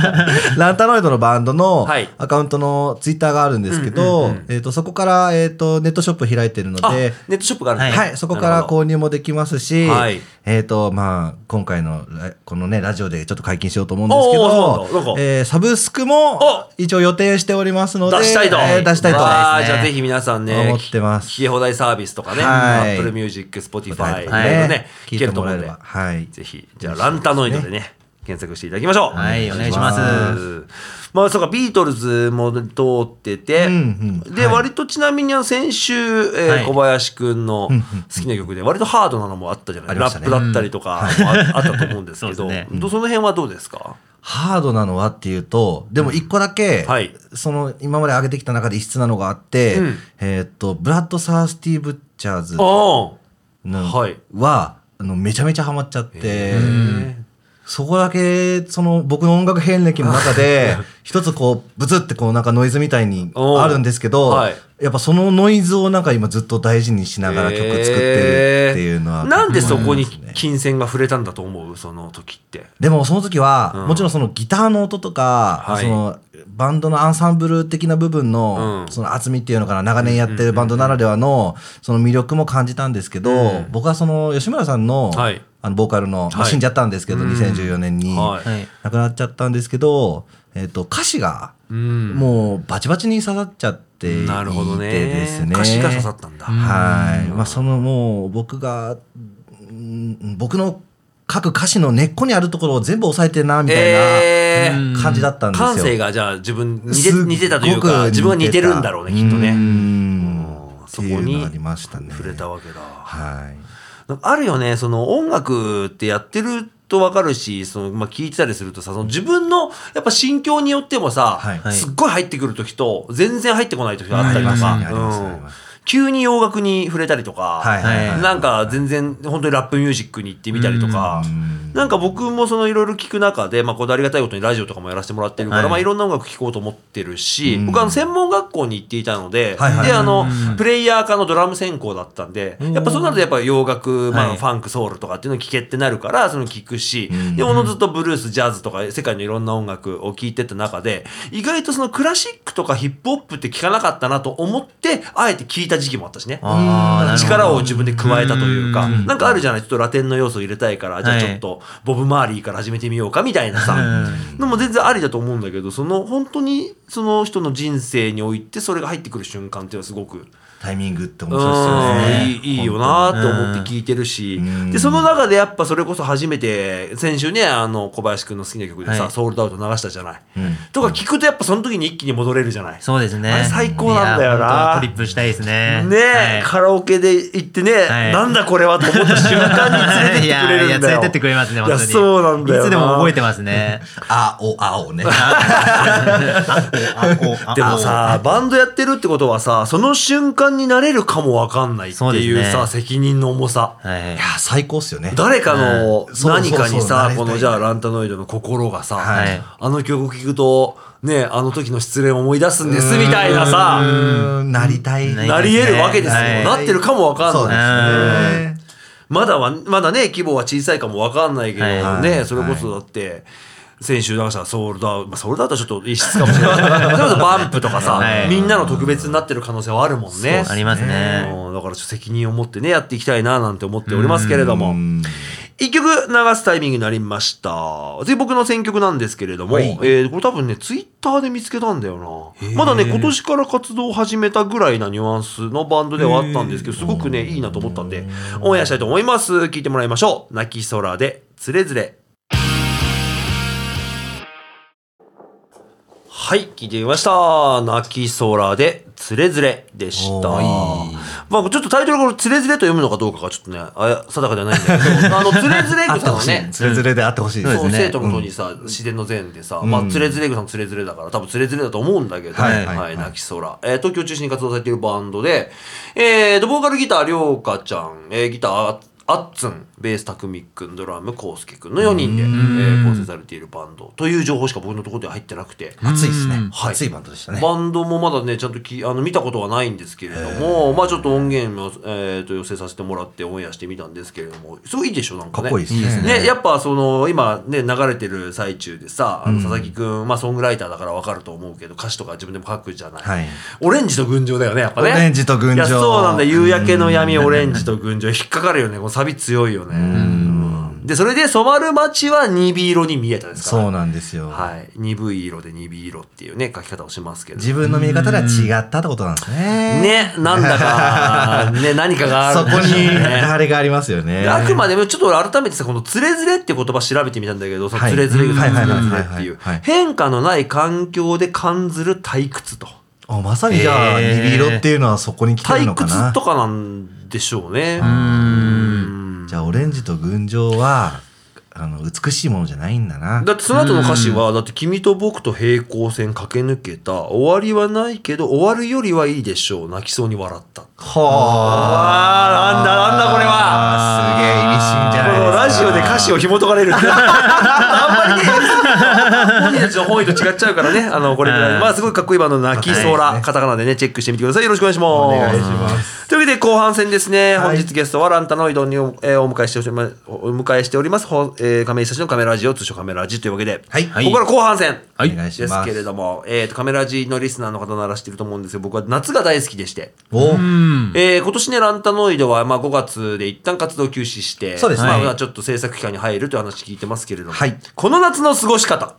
Speaker 2: ラン (laughs) タノイドのバンドの
Speaker 1: はい
Speaker 2: アカウントのツイッターがあるんですけど、えー、とそこから、えー、とネットショップ開いてるの
Speaker 1: あ
Speaker 2: で
Speaker 1: ネットショップがあるん
Speaker 2: はい
Speaker 1: だ
Speaker 2: そこから購入もできますし、
Speaker 1: はい
Speaker 2: えっ、と、まあ、今回のラ、このね、ラジオでちょっと解禁しようと思うんですけ
Speaker 1: おーそうなんだなん
Speaker 2: ど
Speaker 1: か、
Speaker 2: えーサブスクも
Speaker 1: お
Speaker 2: 一応予定しておりますので、
Speaker 1: 出したいと。
Speaker 2: えー出したいと。
Speaker 1: わあ
Speaker 3: です
Speaker 1: じ
Speaker 3: ね
Speaker 1: ゃあぜひ皆さんね、
Speaker 2: 思ってます
Speaker 1: 聞き放題サービスとかね、
Speaker 2: はい
Speaker 1: Apple Music、Spotify、
Speaker 2: はい
Speaker 1: いろいろね、
Speaker 2: 聞
Speaker 1: 聞け
Speaker 2: いて
Speaker 1: ると
Speaker 2: も
Speaker 1: 思う
Speaker 2: らえ
Speaker 1: の
Speaker 2: れ
Speaker 1: で
Speaker 2: ば。、はい。
Speaker 1: ぜひ、じゃあランタノイドでね、検索していただきましょう。
Speaker 3: はい、お願いしま
Speaker 2: お願い
Speaker 3: す。
Speaker 1: まあ、そうか、ビートルズも通ってて、
Speaker 2: うんうん
Speaker 1: で、
Speaker 2: はい
Speaker 1: 割とちなみにあの先週、えー
Speaker 3: はい
Speaker 1: 小林くんの好きな曲で、割とハードなのもあったじゃない、
Speaker 2: ありま
Speaker 1: ラ
Speaker 2: した
Speaker 1: ッ
Speaker 2: ね
Speaker 1: プだったりとかもああったと思うんですけ
Speaker 3: そ
Speaker 1: ど、
Speaker 3: うですね
Speaker 1: どその辺はどうですか
Speaker 2: ハードなのはっていうと、でも一個だけ、
Speaker 1: はい
Speaker 2: その今まで上げてきた中で異質なのがあって、
Speaker 1: うん
Speaker 2: えっ、と、ブラッド・サースティー・ブッチャーズ
Speaker 1: ああ、
Speaker 2: の
Speaker 1: はい
Speaker 2: はあのめちゃめちゃハマっちゃって、
Speaker 1: ー
Speaker 2: そこだけ、その僕の音楽遍歴の中
Speaker 1: (laughs)
Speaker 2: で、一つこう、ブツってこうなんかノイズみたいに
Speaker 1: おう
Speaker 2: あるんですけど、
Speaker 1: はい
Speaker 2: やっぱそのノイズをなんか今ずっと大事にしながら曲作ってるっていうのは、
Speaker 1: えーなんでそこに
Speaker 2: 僕も思いますね
Speaker 1: 金銭が触れたんだと思うその時って
Speaker 2: でもその時は、
Speaker 1: うん
Speaker 2: もちろんそのギターの音とか、
Speaker 1: はい
Speaker 2: そのバンドのアンサンブル的な部分の,、
Speaker 1: うん
Speaker 2: その厚みっていうのかな長年やってるバンドならではのその魅力も感じたんですけど、
Speaker 1: うん
Speaker 2: 僕はその吉村さんの,、
Speaker 1: はい
Speaker 2: あのボーカルの、まあ
Speaker 1: はい
Speaker 2: 死んじゃったんですけど、
Speaker 1: うん
Speaker 2: 2014年に、
Speaker 1: はい
Speaker 3: はい。
Speaker 2: 亡くなっちゃったんですけど、えっと歌詞が
Speaker 1: うん
Speaker 2: もうバチバチに刺さっちゃっていてですね。
Speaker 1: なるほどね歌詞が刺さったんだ、
Speaker 2: はい。まあ、そのもう僕が、うん僕の書く歌詞の根っこにあるところを全部押さえてるな、みたい
Speaker 1: えー
Speaker 2: な感じだったんですよ。
Speaker 1: 感性がじゃあ自分似て
Speaker 2: すっごく
Speaker 1: 似てたというか自分は似てるんだろうねきっと
Speaker 2: う
Speaker 1: ね
Speaker 2: ん
Speaker 1: うん
Speaker 2: って
Speaker 1: そ
Speaker 2: い
Speaker 1: こ
Speaker 2: うの
Speaker 1: に
Speaker 2: がありましたね。
Speaker 1: 触れたわけだ、
Speaker 2: はい。
Speaker 1: なんかあるよねその音楽ってやってると分かるしその、まあ、聞いてたりするとさその自分のやっぱ心境によってもさ、
Speaker 2: はい
Speaker 3: はい
Speaker 1: すっごい入ってくる時と全然入ってこない時があったりと
Speaker 2: ありますねあります
Speaker 1: か
Speaker 2: あ
Speaker 1: う
Speaker 2: り
Speaker 1: ん
Speaker 2: ます
Speaker 1: 急に洋楽に触れたりとか、
Speaker 2: はいはいはい
Speaker 1: なんか全然本当にラップミュージックに行ってみたりとか。
Speaker 2: うん
Speaker 1: なんか僕もそのいろいろ聞く中で、まあ、こだわりがたいことにラジオとかもやらせてもらってるから、
Speaker 3: はい
Speaker 1: い、まあいろんな音楽聴こうと思ってるし、
Speaker 2: うん
Speaker 1: 僕はあの専門学校に行っていたので、
Speaker 2: はいはい
Speaker 1: であのプレイヤー科のドラム専攻だったんで、やっぱそうなるとやっぱ洋楽、ま
Speaker 3: は
Speaker 1: あ、
Speaker 3: い
Speaker 1: ファンクソウルとかっていうのを聴けってなるからその聴くし、
Speaker 2: ん
Speaker 1: でおのずとブルースジャズとか世界のいろんな音楽を聴いてった中で意外とそのクラシックとかヒップホップって聴かなかったなと思ってあえて聴いた時期もあったしね。
Speaker 3: あーなるほど
Speaker 1: 力を自分で加えたというか、
Speaker 3: うん
Speaker 1: なんかあるじゃない、ちょっとラテンの要素を入れたいから、じゃあ
Speaker 3: はい
Speaker 1: ちょっとボブ・マーリーから始めてみようかみたいなさ、のも全然ありだと思うんだけど、その本当にその人の人生においてそれが入ってくる瞬間っていうのはすごく
Speaker 2: タイミングって面白
Speaker 1: うん
Speaker 2: いですよね。
Speaker 1: いいいいよなと思って聞いてるし、
Speaker 2: ん
Speaker 1: でその中でやっぱそれこそ初めて先週ねあの小林君の好きな曲でさ、
Speaker 3: はい
Speaker 1: ソールドアウト流したじゃない、
Speaker 2: ん
Speaker 1: とか聞くとやっぱその時に一気に戻れるじゃない、
Speaker 3: そうですね。
Speaker 1: あれ最高なんだよない
Speaker 3: や本当トリップしたいですね。
Speaker 1: ねえ、
Speaker 3: はい
Speaker 1: カラオケで行ってね、
Speaker 3: はい
Speaker 1: なんだこれはと思った瞬間に連れてってくれるんだよ
Speaker 3: (laughs) いやいや、連れてってくれますね、
Speaker 1: い
Speaker 3: 本当
Speaker 1: や
Speaker 3: に。
Speaker 1: そうなんだよない
Speaker 3: つでも覚えてま
Speaker 1: (laughs)
Speaker 3: すね。
Speaker 2: あおあおね。
Speaker 1: でもさバンドやってるってことはさその瞬間になれるかもわかんないって
Speaker 3: そうで
Speaker 1: い
Speaker 3: す
Speaker 1: う
Speaker 3: ね
Speaker 1: さ責任の重さ、
Speaker 3: はい
Speaker 2: いや。最高っすよね。
Speaker 1: 誰かの
Speaker 2: そうそう
Speaker 1: 何
Speaker 2: そう
Speaker 1: かに
Speaker 2: 慣
Speaker 1: さ
Speaker 2: れ、た
Speaker 1: こ
Speaker 2: い
Speaker 1: のじゃあランタノイドの心がさ、
Speaker 2: はい
Speaker 1: あの曲聴くと、ね、あの時の失恋を思い出すんですみたいなさ、
Speaker 2: うーんなりたい。
Speaker 3: な
Speaker 1: なり得るわけですよ。
Speaker 3: はい
Speaker 1: なってるかもわかん
Speaker 2: そう
Speaker 1: ない。
Speaker 2: ですね。
Speaker 1: まだは、まだね、規模は小さいかもわかんないけど、
Speaker 3: はい
Speaker 1: ね、それこそだって、先週流したソールドアウト、まあ、ソールドアウトはちょっと異質かも
Speaker 3: (laughs)
Speaker 1: しれないけど、それこそバンプとかさ、
Speaker 3: はい
Speaker 1: みんなの特別になってる可能性はあるもんね。
Speaker 3: ありますね。
Speaker 1: うんだからちょっと責任を持ってね、やっていきたいななんて思っておりますけれども。
Speaker 2: うん
Speaker 1: 一曲流すタイミングになりました。次僕の選曲なんですけれども、
Speaker 2: はい
Speaker 1: えーこれ多分ね、ツイッターで見つけたんだよな。まだね、今年から活動を始めたぐらいなニュアンスのバンドではあったんですけど、すごくね、いいなと思ったんで、オンエアしたいと思います。聞いてもらいましょう。泣き空で、つれづれ。はい、聞いてみました。泣き空で、つれづれでした。
Speaker 2: おー
Speaker 1: まあ、ちょっとタイトルがこれ、つれづれと読むのかどうかがちょっとね、あ定かじゃないんだけ
Speaker 2: (laughs)
Speaker 1: ど、あの、つれづれ
Speaker 2: あっ
Speaker 1: 草
Speaker 2: て
Speaker 1: の
Speaker 2: ほし
Speaker 1: ね
Speaker 2: い。、つれづれであってほしいです
Speaker 1: そう、
Speaker 2: ね。
Speaker 1: 生徒の方にさ、自然の善でさ、まあ、つれづれ草のつれづれだから、多分つれづれだと思うんだけど、
Speaker 2: はい
Speaker 1: はい、
Speaker 2: はいはい
Speaker 1: 泣き空。えー東京を中心に活動されているバンドで、えーと、ボーカルギター、りょうかちゃん、えーギター、ああっつん、ベース、たくみくん、ドラム、こうすけくんの4人で、えー構成されているバンドという情報しか僕のところでは入ってなくて。
Speaker 2: 熱いですね。
Speaker 1: はい
Speaker 2: 熱いバンドでしたね。
Speaker 1: バンドもまだねちゃんときあの見たことはないんですけれども、まあちょっと音源を、えー、と寄せさせてもらってオンエアしてみたんですけれどもすごいいいでしょなんかね
Speaker 2: かっこいいですね
Speaker 1: ねやっぱその今ね流れてる最中でさあの佐々木くん、まあソングライターだからわかると思うけど歌詞とか自分でも書くじゃない、
Speaker 2: はい
Speaker 1: オレンジと群青だよねやっぱね
Speaker 2: オレンジと群青
Speaker 1: いやそうなんだ夕焼けの闇オレンジと群青引っかかるよねこのサビ強いよねうんでそれで染まる街は鈍色に見えたですから
Speaker 2: そうなんですよ。
Speaker 1: はい、鈍い色で鈍い色っていうね書き方をしますけど
Speaker 2: 自分の見え方では違ったってことなんですね。
Speaker 1: ねなんだか
Speaker 2: (laughs)
Speaker 1: ね何かがある
Speaker 2: そ
Speaker 1: んでしょ
Speaker 2: こ
Speaker 1: う
Speaker 2: に
Speaker 1: ね
Speaker 2: あれがありますよね。
Speaker 1: であくまでもちょっと改めてさこの「つれづれ」って言葉調べてみたんだけどその「
Speaker 2: はい
Speaker 1: つれづれ」
Speaker 2: うん
Speaker 1: が「つれづれ」
Speaker 2: はい
Speaker 1: っ
Speaker 2: は
Speaker 1: て
Speaker 2: い
Speaker 1: いう
Speaker 2: はいはい
Speaker 1: 変化のない環境で感ずる退屈と
Speaker 2: あまさにじゃあ、
Speaker 3: えー
Speaker 2: 鈍色っていうのはそこに来てる
Speaker 1: 退
Speaker 2: のかな
Speaker 1: 屈と。かなんでしょうね
Speaker 2: じゃあ、オレンジと群青は、あの、美しいものじゃないんだな。
Speaker 1: だってその後の歌詞はだって「君と僕と平行線駆け抜けた終わりはないけど終わるよりはいいでしょう泣きそうに笑った」あーなんだなんだこれは
Speaker 2: あーすげえ意味深じゃ
Speaker 1: こ
Speaker 2: ないです
Speaker 1: の
Speaker 2: か。
Speaker 1: ラジオで歌詞を紐解か
Speaker 2: (laughs)
Speaker 1: れるってあんまりね本人たちの本意と違っちゃうからねあのこれぐらいまあすごいかっこいいバンドの泣きそ
Speaker 2: は
Speaker 1: ら
Speaker 2: い
Speaker 1: カタカナでねチェックしてみてくださいよろしくお願いします
Speaker 2: お願いします
Speaker 1: というわけで後半戦ですね
Speaker 2: は
Speaker 1: 本
Speaker 2: い
Speaker 1: 日ゲストはランタノイドにおえーお迎えしておりますお迎えしておりますほえー亀井久志のカメラジオ通称カメラジというわけで
Speaker 2: はい
Speaker 1: ここから後半戦
Speaker 2: は
Speaker 1: で
Speaker 2: いお願いし
Speaker 1: す
Speaker 2: ます
Speaker 1: けれどもえーとカメラジのリスナーの方なら知ってると思うんですけど僕は夏が大好きでして
Speaker 2: お
Speaker 1: えー今年ね、ランタノイドは、まあ、5月で一旦活動休止して、
Speaker 2: そうですね
Speaker 1: まあ
Speaker 2: はい
Speaker 1: まあ、ちょっと制作期間に入るという話聞いてますけれども、
Speaker 2: はい
Speaker 1: この夏の過ごし方。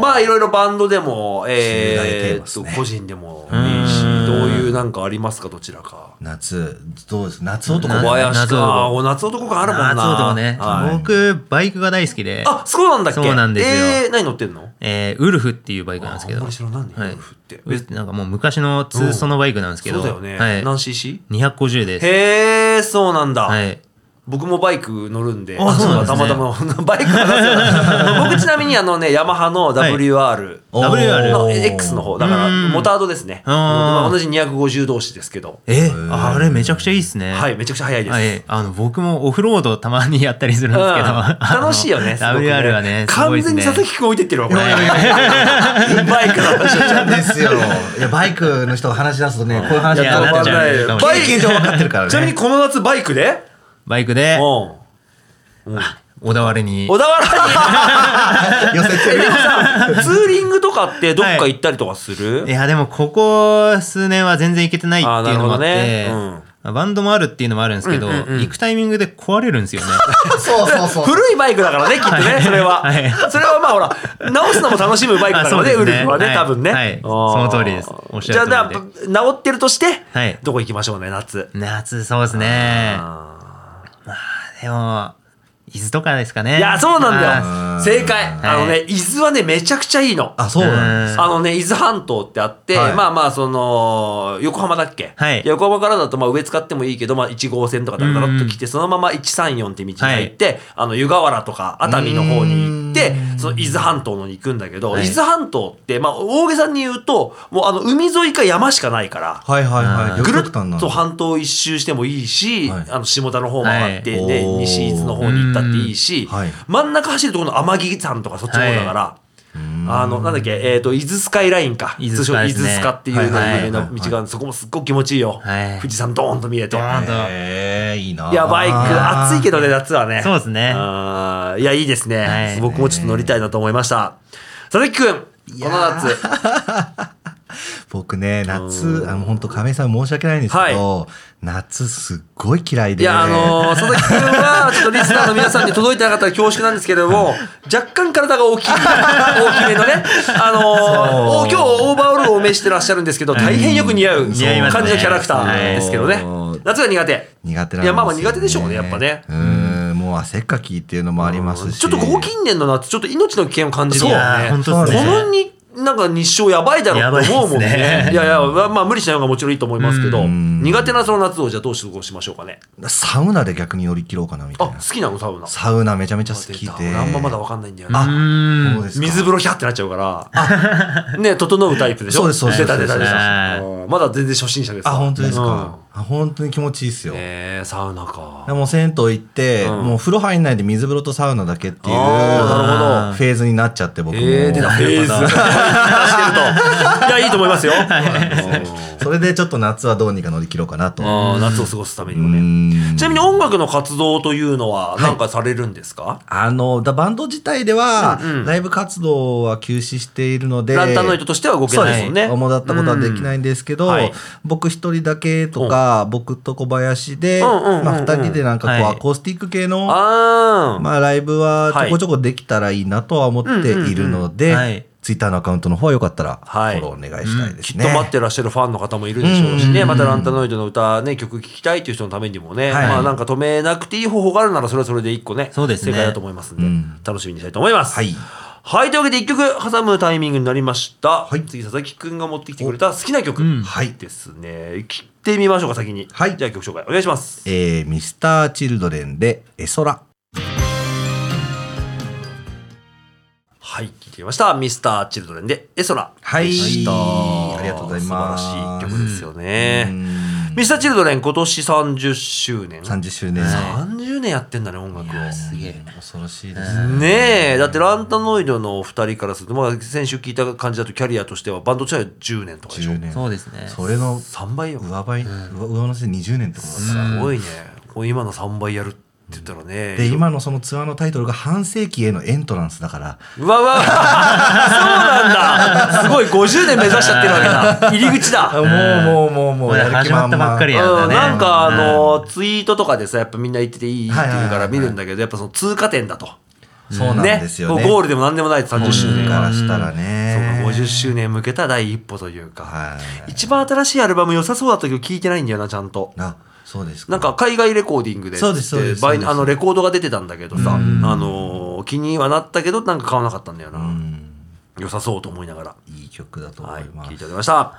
Speaker 1: まあ、いろいろバンドでも、
Speaker 2: 重大テ
Speaker 1: え
Speaker 2: ーマ
Speaker 1: ー
Speaker 2: で
Speaker 1: っ
Speaker 2: す
Speaker 1: と、
Speaker 2: ね
Speaker 1: 個人でもいいし、どういうなんかありますか、どちらか。
Speaker 2: 夏、どうです夏男
Speaker 1: 小林君、
Speaker 3: 夏男
Speaker 1: あーお夏男感あるもんな。
Speaker 3: 夏男ね
Speaker 1: はい
Speaker 3: 僕、バイクが大好きで、
Speaker 1: あ、そうなんだっけ
Speaker 3: そうなんですよ
Speaker 1: えー、何乗ってんの
Speaker 3: えーウルフっていうバイクなんですけ
Speaker 1: ああ
Speaker 3: ど。
Speaker 1: んまり知らないね
Speaker 3: は
Speaker 1: ウルフって
Speaker 3: ウルフってなんかもう昔のツーストのバイクなんですけ
Speaker 1: そ
Speaker 3: ど。
Speaker 1: うだよね。
Speaker 3: はい。
Speaker 1: 何 cc?
Speaker 3: 250です。
Speaker 1: へえ、そうなんだ。
Speaker 3: はい。
Speaker 1: 僕もバイク乗るんで、
Speaker 3: あそうなんです
Speaker 1: た
Speaker 3: ね
Speaker 1: またまバイクは出すよ僕ちなみにあのね、ヤマハの WR。
Speaker 2: おー
Speaker 3: WR
Speaker 1: の X の方だから
Speaker 3: うん
Speaker 1: モタードですね
Speaker 3: あー
Speaker 1: まあ同じ250同士ですけど
Speaker 3: え、あれめちゃくちゃいいっすね。
Speaker 1: はいめちゃくちゃ速いです、
Speaker 3: はい、あの僕もオフロードたまにやったりするん
Speaker 1: う
Speaker 3: です
Speaker 1: ん
Speaker 3: けど、 (laughs)
Speaker 1: 楽しいよねすごく
Speaker 3: WR はね、すご
Speaker 1: 完
Speaker 3: いです
Speaker 1: 全に
Speaker 3: ね。
Speaker 1: 佐々木君置いてってるわこれバイクの話
Speaker 2: そうなんですよ。いや、バイクの人が話し出すとね、こういう話
Speaker 3: いや
Speaker 2: だ
Speaker 3: なっ
Speaker 2: と
Speaker 3: ちゃう
Speaker 1: わかんな
Speaker 2: バイク上分かってるからね。
Speaker 1: ちなみにこの夏バイクで
Speaker 3: バイク
Speaker 1: う
Speaker 3: で
Speaker 1: ん
Speaker 3: 小田原に
Speaker 1: 小田原
Speaker 2: 寄せてる。
Speaker 1: にツーリングとかってどっか行ったりとかする、
Speaker 3: いやでもここ数年は全然行けてないっていうのもあ
Speaker 1: あーなる
Speaker 3: って
Speaker 1: ほどね
Speaker 3: まあバンドもあるっていうのもあるんですけど、行くタイミングで壊れるんですよ
Speaker 1: (laughs)
Speaker 3: ね。
Speaker 2: そうそうそう。
Speaker 1: 古いバイクだからね、きっとね、それは。
Speaker 3: はい
Speaker 1: それはまあほら、直すのも楽しむバイクだからね、
Speaker 3: (laughs) あそ
Speaker 1: ウ
Speaker 3: うで
Speaker 1: ル
Speaker 3: すね
Speaker 1: フはね、
Speaker 3: はい
Speaker 1: 多分ね。
Speaker 3: はい
Speaker 1: あー
Speaker 3: その通りですおっし
Speaker 1: じゃ
Speaker 3: ゃ
Speaker 1: あ、
Speaker 3: る通りで
Speaker 1: だから治ってるとして、
Speaker 3: はい
Speaker 1: どこ行きましょうね、夏。
Speaker 3: 夏、そうですね。
Speaker 1: あ
Speaker 3: でも、伊豆とかですかね。
Speaker 1: ーいや、そう
Speaker 3: あ
Speaker 1: なんだよ。正解。
Speaker 3: はい
Speaker 1: あのね、伊豆はね、めちゃくちゃいいの。
Speaker 2: あ、そうなんで
Speaker 3: うん
Speaker 1: あのね、伊豆半島ってあって、
Speaker 2: はい
Speaker 1: まあまあ、その、横浜だっけ、
Speaker 3: はい
Speaker 1: 横浜からだと、まあ上使ってもいいけど、まあ1号線とかだらだらっと来て、そのまま134って道に入って、あの湯河原とか熱海の方に行って、その伊豆半島のに行くんだけど、
Speaker 3: はい
Speaker 1: 伊豆半島って、まあ大げさに言うと、もうあの海沿いか山しかないから
Speaker 2: す。、はいはいはい。
Speaker 1: ぐ
Speaker 2: 両
Speaker 1: る
Speaker 2: 極
Speaker 1: っ
Speaker 2: 端なん
Speaker 1: と
Speaker 2: だ
Speaker 1: 半島一周してもいいし、
Speaker 2: はい
Speaker 1: あの下田の方回って、
Speaker 2: はい
Speaker 1: で
Speaker 2: おー
Speaker 1: 西伊豆の方に行ったっていいし、
Speaker 2: うんはい
Speaker 1: 真ん中走るとこの天城山とかそっちの方だから、あのなんだっけ、えー、と伊豆スカイラインか
Speaker 3: 伊豆スカイ
Speaker 1: 通
Speaker 3: で
Speaker 1: 称
Speaker 3: す
Speaker 1: 伊豆ス
Speaker 3: ね
Speaker 1: カっていうのが有名な
Speaker 2: はいはいはい
Speaker 1: 道があるそこもすっごく気持ちいいよ、
Speaker 3: はい
Speaker 1: 富士山ドーンと見えて。
Speaker 3: ドーンと
Speaker 2: えー、いいない
Speaker 1: や、バイク、暑いけどね、夏はね。
Speaker 3: そうですね
Speaker 1: あーいや、いいですね、
Speaker 3: はい
Speaker 1: 僕もちょっと乗りたいなと思いました。佐々木くん、この夏、
Speaker 2: 僕ね、夏、あの、本当亀井さん申し訳ないんですけど、夏すっごい嫌いで。
Speaker 1: いや、あのー佐々木くんは、ちょっとリスナーの皆さんに届いてなかったら恐縮なんですけれども、若干体が大
Speaker 3: (laughs)
Speaker 1: きい、大きめのね、あのーお今日オーバーオールをお召してらっしゃるんですけど、大変よく似合う
Speaker 3: 似合いますね
Speaker 1: 感じのキャラクターですけどね
Speaker 2: はい。
Speaker 1: 夏が苦手。
Speaker 2: 苦手なんですよ、ね。
Speaker 1: いや、まあまあ苦手でしょうね、やっぱね
Speaker 2: う。ん、もう汗っかきっていうのもありますし。
Speaker 1: ちょっとここ近年の夏、ちょっと命の危険を感じるよ
Speaker 3: いや
Speaker 1: ね
Speaker 3: ー。本当ですね
Speaker 1: このになんか日照やばいだろうと思うもんね。
Speaker 3: やばいですね
Speaker 1: いやいや、まあ無理しない方がもちろんいいと思いますけど、
Speaker 2: ん
Speaker 1: 苦手なその夏をじゃあどう過ごしましょうかね。
Speaker 2: サウナで逆に乗り切ろうかなみた
Speaker 1: あ、
Speaker 2: い
Speaker 1: 好
Speaker 2: な。
Speaker 1: きなのサウナ。
Speaker 2: サウナめちゃめちゃ好き
Speaker 1: 出た
Speaker 2: で。
Speaker 1: 俺あんままだわかんないんだよね。
Speaker 3: う
Speaker 2: あ、
Speaker 3: ーん
Speaker 2: そうですか。
Speaker 1: 水風呂ひゃってなっちゃう
Speaker 2: (laughs)
Speaker 1: から。ね、整うタイプでしょ
Speaker 2: そうですそうです
Speaker 1: 出た出た出た。
Speaker 3: は
Speaker 1: あ
Speaker 3: い
Speaker 1: ーまだ全然初心者です。
Speaker 2: あ、本当です
Speaker 1: うん
Speaker 2: か。あ、本当に気持ちいいですよ。
Speaker 1: えー、サウナ
Speaker 2: で
Speaker 1: か。
Speaker 2: もう銭湯行って、
Speaker 1: うん
Speaker 2: もう風呂入んないで水風呂とサウナだけっていう、
Speaker 1: あーなるほど
Speaker 2: フェーズになっちゃって僕も。
Speaker 1: えー、出た。フェーズ。出してると。いや、いいと思いますよ。うん
Speaker 2: それでちょっと夏はどうにか乗り切ろうかなと。
Speaker 1: あー夏を過ごすためにも
Speaker 2: う
Speaker 1: ね。
Speaker 2: ん
Speaker 1: ちなみに音楽の活動というのは何かされるんですか、
Speaker 2: あの、だバンド自体では、
Speaker 1: うんうん
Speaker 2: ライブ活動は休止しているので、
Speaker 1: ランタンの糸としては動け
Speaker 2: そう
Speaker 1: ない
Speaker 2: で
Speaker 1: です
Speaker 2: す
Speaker 1: もんね。。
Speaker 2: 主だったことはできないいんですけど、
Speaker 1: うんはい
Speaker 2: 僕一人だけとか、僕と小林で、
Speaker 1: うんうんうんうん
Speaker 2: まあ二人でなんかこう、
Speaker 3: はい
Speaker 2: アコースティック系の、
Speaker 1: あー、
Speaker 2: まあライブはちょこちょこできたらいいなとは思っているので、
Speaker 3: うんうんうんはい
Speaker 2: ツイッターのアカウントの方はよかったらフ
Speaker 1: はい
Speaker 2: ォローお願いしたいで
Speaker 1: き
Speaker 2: す
Speaker 1: っ
Speaker 2: ね。
Speaker 1: と待ってらっしゃるファンの方もいるでしょうしね、またランタノイドの歌、ね、曲聴きたいという人のためにもね、
Speaker 2: はい
Speaker 1: まあなんか止めなくていい方法があるなら、それはそれで一個ね、
Speaker 3: そうですね
Speaker 1: 正解だと思いますんで、
Speaker 2: うん
Speaker 1: 楽しみにしたいと思います。
Speaker 2: はい
Speaker 1: はいというわけで一曲挟むタイミングになりました。
Speaker 2: はい
Speaker 1: 次、佐々木くんが持ってきてくれた好きな曲
Speaker 2: はい
Speaker 1: ですね。切ってみましょうか、先に。
Speaker 2: はい
Speaker 1: じゃあ曲紹介お願いします。
Speaker 2: えー、ミスターチルドレンで、エソラ。
Speaker 1: はい、聞いてみました。ミスターチルドレンで、エソラ。
Speaker 2: はい
Speaker 1: でした。
Speaker 2: ありがとうございます
Speaker 1: 素晴らしい曲ですよね。
Speaker 2: うん
Speaker 1: ミスターチルドレン今年30周年。
Speaker 2: 30周年。
Speaker 1: 30年やってんだね、音楽を。
Speaker 3: すげえ。
Speaker 2: 恐ろしいですね。
Speaker 1: ねえ、だってランタノイドのお二人からすると、まあ先週聞いた感じだとキャリアとしてはバンドとしては10年とかでしょ。
Speaker 2: 10年。
Speaker 3: そうですね。
Speaker 2: それの
Speaker 1: 3倍よ。
Speaker 2: 上倍、上上乗せ20年ってことだから。
Speaker 1: すごいね。こう今の3倍やるって言ったらね。
Speaker 2: で、今のそのツアーのタイトルが半世紀へのエントランスだから、
Speaker 1: うわうわ (laughs) そうなんだすごい !50 年目指しちゃってるわけ
Speaker 2: (laughs)
Speaker 1: だ入り口だ
Speaker 2: あもうもうもうもう
Speaker 3: まだ
Speaker 2: やる気満々
Speaker 3: 始まったばっかりや
Speaker 1: うん
Speaker 3: だね
Speaker 1: なんかあのツイートとかでさやっぱみんな言ってていいって言う
Speaker 2: はいは
Speaker 1: か
Speaker 2: いはい
Speaker 1: ら
Speaker 2: はい
Speaker 1: 見るんだけどやっぱその通過点だと
Speaker 2: そうなんですよね。
Speaker 1: こうゴールでも何でもないと30周年
Speaker 2: か
Speaker 1: が
Speaker 2: らしたら
Speaker 1: そうか
Speaker 2: ね。
Speaker 1: 50周年向けた第一歩というか、
Speaker 2: はい
Speaker 1: 一番新しいアルバム良さそうだったけど聞いてないんだよなちゃんと
Speaker 2: あ、そうです
Speaker 1: なんか海外レコーディングで
Speaker 2: そうですそうです
Speaker 1: バイ
Speaker 2: そうです
Speaker 1: あのレコードが出てたんだけどさ、あのー気にはなったけどなんか買わなかったんだよな、良さそうと思いながら
Speaker 2: いい曲だと思
Speaker 1: はいい、
Speaker 2: ま
Speaker 1: 聞い
Speaker 2: す。
Speaker 1: ておりました。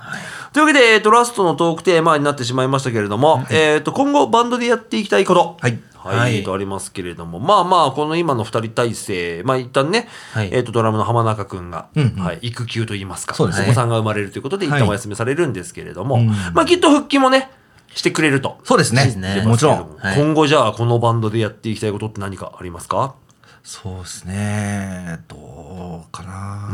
Speaker 1: というわけで、えっと、ラストのトークテーマになってしまいましたけれども、えっと、今後バンドでやっていきたいこと。
Speaker 2: はい
Speaker 1: はい。
Speaker 3: はい
Speaker 1: とありますけれども、まあまあ、この今の二人体制、まあ一旦ね、
Speaker 3: はい
Speaker 1: えっと、ドラムの浜中くんが、
Speaker 2: うんうん
Speaker 1: はい、育休といいますか、
Speaker 2: そうですね
Speaker 1: お子さんが生まれるということで、一
Speaker 2: はい
Speaker 1: 旦お休みされるんですけれども、
Speaker 2: うん
Speaker 1: まあきっと復帰もね、してくれると。
Speaker 2: そうです
Speaker 3: そう
Speaker 2: ね
Speaker 3: ですね。
Speaker 2: もちろ
Speaker 1: ですけれど
Speaker 2: ん。
Speaker 1: も
Speaker 3: はい
Speaker 1: 今後じゃあ、このバンドでやっていきたいことって何かありますか
Speaker 2: そうですね。どうかな。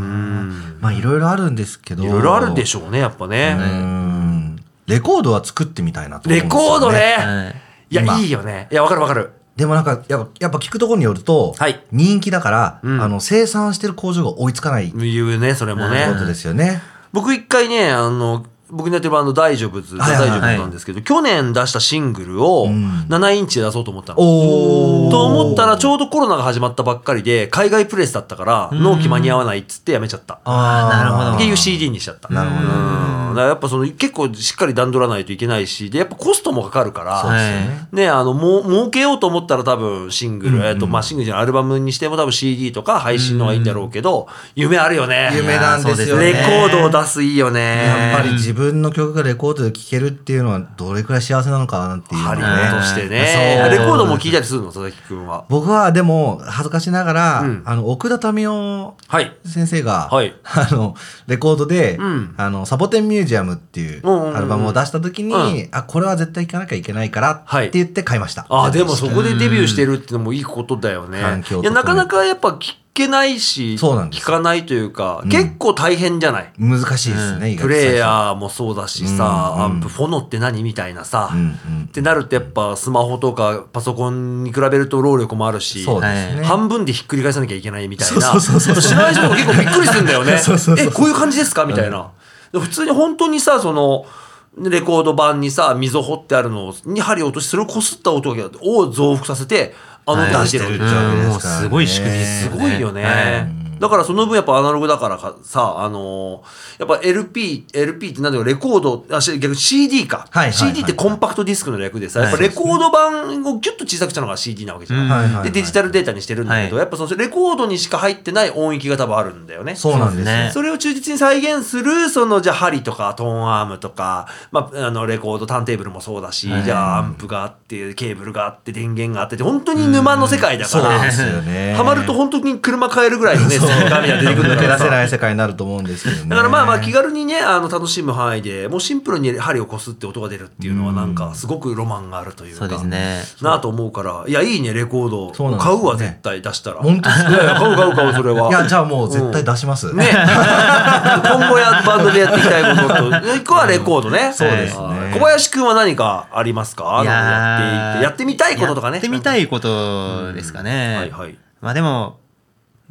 Speaker 2: まあいろいろあるんですけど。
Speaker 1: いろいろあるでしょうね、やっぱね。
Speaker 2: うん。レコードは作ってみたいなと思うん
Speaker 1: レ
Speaker 2: ですよね
Speaker 1: コードね。。
Speaker 3: はい
Speaker 1: いや、
Speaker 2: 今
Speaker 1: いいよね。いや、わかるわかる。
Speaker 2: でもなんかやっぱ、やっぱ聞くところによると
Speaker 1: はい、
Speaker 2: 人気だから、
Speaker 1: うん
Speaker 2: あの、生産してる工場が追いつかないって
Speaker 1: 言うね、それもね。
Speaker 2: ことですよね。
Speaker 1: 僕一回ね、あの、僕にやってるバンド大丈夫ズ、
Speaker 2: はいはい
Speaker 1: 大丈夫なんですけど、去年出したシングルを
Speaker 2: ん
Speaker 1: 7インチで出そうと思ったの。
Speaker 2: おー
Speaker 1: と思ったらちょうどコロナが始まったばっかりで海外プレスだったから納期間に合わないっつってやめちゃった。
Speaker 2: あー
Speaker 3: なるほど
Speaker 1: っていう CD にしちゃった。なるほど。だからやっぱその結構しっかり段取らないといけないし、で、やっぱコストもかかるから、
Speaker 3: は
Speaker 1: ね、あの、もう、儲けようと思ったら多分シングル、えっと、まあ、シングルじゃないアルバムにしても多分 CD とか配信の方がいいんだろうけど、夢あるよね。
Speaker 2: 夢なんですよ
Speaker 3: いやーそう
Speaker 1: レ
Speaker 2: ね
Speaker 1: コードを出すいいよね。
Speaker 2: やっぱり自分の曲がレコードで聴けるっていうのはどれくらい幸せなのかなっていうの
Speaker 1: ハ
Speaker 2: は
Speaker 1: リ
Speaker 2: ね
Speaker 1: ウッドとして
Speaker 2: そ
Speaker 1: ね。
Speaker 2: う
Speaker 1: レコードも聞いたりするの、佐々木くんは。
Speaker 2: 僕はでも恥ずかしながら、
Speaker 1: うん
Speaker 2: あの奥田民生
Speaker 1: はい。
Speaker 2: 先生が、
Speaker 1: はい
Speaker 2: あのレコードで、
Speaker 1: ん
Speaker 2: あのサボテンミュージアムっていう
Speaker 1: うんうんうん
Speaker 2: アルバムを出した時に、
Speaker 1: うん
Speaker 2: あこれは絶対聴かなきゃいけないから
Speaker 1: はい
Speaker 2: って言って買いました、
Speaker 1: あでもそこでデビューしてるってのもいいことだよね
Speaker 2: 環。境
Speaker 1: いやなかなかやっぱ聞けないし、
Speaker 2: そうなんで
Speaker 1: 聞
Speaker 2: す
Speaker 1: かないというか、結構大変じゃない。
Speaker 2: 難しいですね、意外と
Speaker 1: プレイヤーもそうだしさ、アンプ、フォノって何みたいなさ、
Speaker 2: うんう
Speaker 1: っ
Speaker 2: ん
Speaker 1: てなるとやっぱスマホとかパソコンに比べると労力もあるし、
Speaker 2: そうですね、
Speaker 1: 半分でひっくり返さなきゃいけないみたいな。
Speaker 2: そうそうそうそう
Speaker 1: 知らない人も結構びっくりするんだよね。
Speaker 2: そうそうそう
Speaker 1: え、こういう感じですかみたいな。普通に本当にさ、その、レコード版にさ、溝掘ってあるのを、に針落とし、それをこすった音を増幅させて、あの音出してるわけじゃん
Speaker 2: はい
Speaker 3: うんもうすごい仕組みです
Speaker 1: す
Speaker 3: ね
Speaker 1: ごいよね。だからその分やっぱアナログだからかさ、あのーやっぱ LP、LP ってなんだろう、レコード、あ、し逆に CD か、
Speaker 2: はいはいはい
Speaker 1: CD ってコンパクトディスクの略でさ、やっぱ
Speaker 3: はい
Speaker 1: レコード版をギュッと小さくしたのが CD なわけじゃん。
Speaker 3: うん
Speaker 2: はいはいはい
Speaker 1: でデジタルデータにしてるんだけど、
Speaker 3: は
Speaker 1: やっぱそのレコードにしか入ってない音域が多分あるんだよね。
Speaker 2: そうなんですよ
Speaker 3: そうですね
Speaker 1: それを忠実に再現する、その、じゃあ、針とか、トーンアームとか、まあ、あの、レコード、ターンテーブルもそうだし、
Speaker 3: はい
Speaker 1: じゃあ、アンプがあって、ケーブルがあって、電源があってって、本当に沼の世界だか
Speaker 2: そうなん
Speaker 1: ら
Speaker 2: で、すよね
Speaker 1: ハマると本当に車買えるぐらいのね、世界が出てくるんだ
Speaker 2: 抜け
Speaker 1: から
Speaker 2: (laughs) 出せ
Speaker 1: さ。
Speaker 2: ない世界になると思うんですけどね
Speaker 1: だからまあまあ気軽にね、あの、楽しむ範囲で、もうシンプルに針をこすって音が出るっていうのはなんか、すごくロマンがあるというか。
Speaker 3: そうですね。
Speaker 1: なあと思うから、いや、いいね、レコード。
Speaker 2: そうなんです
Speaker 1: 買
Speaker 2: よね
Speaker 1: うわ、絶対出したら。
Speaker 2: 本当ですか
Speaker 1: いやいや買う買う買う、それは。
Speaker 2: いやじゃあもう絶対出します、
Speaker 1: ね。今後やバンドでやっていきたいことと、一個はレコードね。そう
Speaker 2: ですね
Speaker 1: 小林くんは何かありますかあの
Speaker 3: い
Speaker 1: やってい
Speaker 3: や
Speaker 1: て、やってみたいこととかね。
Speaker 3: やってみたいことですかね。
Speaker 1: はいはい。
Speaker 3: まあでも、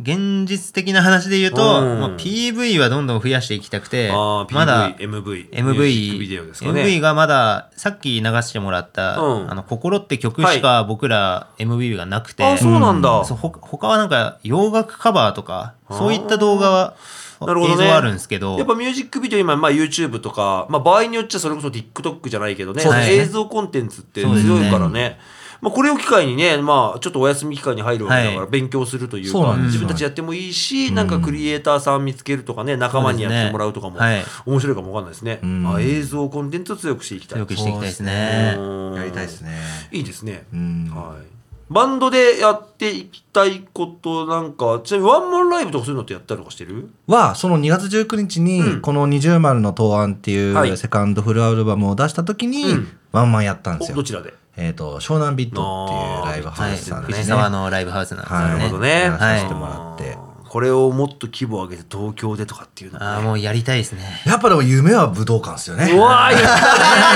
Speaker 3: 現実的な話で言うと、
Speaker 1: うん
Speaker 3: まあ、PV はどんどん増やしていきたくて、
Speaker 1: あー
Speaker 3: まだ
Speaker 1: PV、MV。ミュージッ
Speaker 3: MV
Speaker 1: クビデオですかね。
Speaker 3: MV がまださっき流してもらった「
Speaker 1: うん
Speaker 3: あの心」って曲しか僕ら MV がなくて、
Speaker 1: あ、そうなんだ。
Speaker 3: そうほ他はなんか洋楽カバーとかそういった動画は
Speaker 1: なるほど
Speaker 3: 映
Speaker 1: ね
Speaker 3: 像はあるんですけど
Speaker 1: やっぱミュージックビデオ今、まあ、YouTube とか、まあ、場合によっちゃそれこそ TikTok じゃないけどね
Speaker 3: そうですね
Speaker 1: 映像コンテンツって強いから
Speaker 3: そうです
Speaker 1: ね。まあ、これを機会にね、まあ、ちょっとお休み期間に入るわけだか
Speaker 3: は
Speaker 1: ら
Speaker 3: い
Speaker 1: 勉強するというか、
Speaker 2: そうなんですよ
Speaker 1: 自分たちやってもいいし、なんかクリエイターさん見つけるとかね仲間にやってもらうとかも
Speaker 3: そうですね
Speaker 1: 面白いかもわかんないですね、
Speaker 2: ん
Speaker 1: あ映像コンテンツを強くしていきたい
Speaker 3: 強くしていきたいですね
Speaker 1: うん
Speaker 2: やりたいですね
Speaker 1: いいですね、
Speaker 2: ん
Speaker 1: はい、バンドでやっていきたいことなんかちなみにワンマンライブとかそういうのってやったりとかしてる
Speaker 2: は、その2月19日
Speaker 1: うん
Speaker 2: に、この20丸の答案ってい
Speaker 1: はいう
Speaker 2: セカンドフルアルバムを出した時に
Speaker 1: うん、
Speaker 2: ワンマンやったんで
Speaker 1: お
Speaker 2: す
Speaker 1: ど
Speaker 2: よ。
Speaker 1: ちらで
Speaker 2: えっと、湘南ビットっていうライブハウスさんで
Speaker 3: 藤
Speaker 2: す
Speaker 3: 沢
Speaker 2: ね。
Speaker 3: のライブハウスなんですよ
Speaker 2: は
Speaker 3: ね
Speaker 2: い
Speaker 1: なるほどね。
Speaker 2: や
Speaker 3: らせ
Speaker 2: てもらって
Speaker 1: あーこれをもっと規模を上げて東京でとかっていうの
Speaker 3: あ
Speaker 1: は
Speaker 3: あ
Speaker 1: ね。
Speaker 3: もうやりたいですね
Speaker 2: やっぱでも夢は武道館です
Speaker 1: う
Speaker 2: よね。
Speaker 1: わー、行ったね。いやいや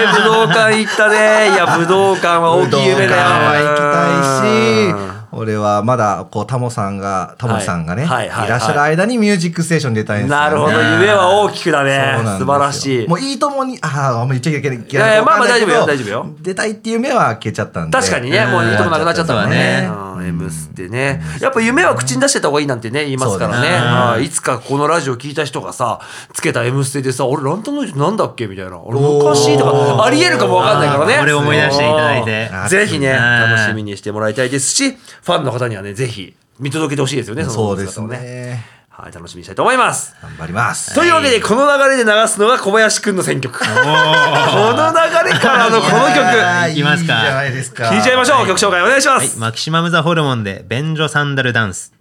Speaker 1: いや武道館行ったね。いや、武道館は大
Speaker 2: 武
Speaker 1: き
Speaker 2: 道
Speaker 1: い夢
Speaker 2: 館
Speaker 1: だよ。
Speaker 2: は行き
Speaker 1: うん
Speaker 2: たいし、俺はまだ、こう、タモさんが、タモさんがね、い
Speaker 1: はいはいはいはい
Speaker 2: らっしゃる間にミュージックステーションに出たいんですよね。
Speaker 1: なるほど、
Speaker 2: そう
Speaker 1: 夢は大きくだ
Speaker 2: なんです
Speaker 1: ね。
Speaker 2: よ
Speaker 1: 素晴らしい
Speaker 2: も。ういいともに、ああ、あんま言っちゃいけない。い
Speaker 1: やいやまあまあ大丈夫よ大丈夫よ。
Speaker 2: 出たいっていう夢は開けちゃったんで。
Speaker 1: 確かにね、
Speaker 3: うん
Speaker 1: もういいとこなくなっちゃったからね
Speaker 3: う。
Speaker 1: うん、M スってね。やっぱ夢は口に出してた方がいいなんてね、言いますから
Speaker 2: そう
Speaker 1: ね。
Speaker 2: だね
Speaker 1: はいいつかこのラジオ聞いた人がさ、つけた M ステでさ、俺ランタンのイズなんだっけみたいな。俺おかしいと
Speaker 2: お
Speaker 1: か、
Speaker 2: ー
Speaker 1: ありえるかもわかんないからね。
Speaker 3: あーこれ思い出していただいて
Speaker 1: うんぜひね、
Speaker 3: うん
Speaker 1: 楽しみにしてもらいたいですし、ファンの方にはね、ぜひ見届けてほしいですよね、
Speaker 2: そ
Speaker 1: の
Speaker 2: うです
Speaker 1: 姿をね。
Speaker 2: ね。
Speaker 1: はい、楽しみにしたいと思います。
Speaker 2: 頑張ります。
Speaker 1: というわけで、この流れで流すのが小林くんの選曲。この流れからのこの曲、
Speaker 2: やー
Speaker 3: いきますか
Speaker 2: いいじゃないですか。
Speaker 1: 聞いちゃいましょう。曲紹介お願いしま
Speaker 3: はい
Speaker 1: す。
Speaker 3: マキシマム・ザ・ホルモンで「便所サンダルダンス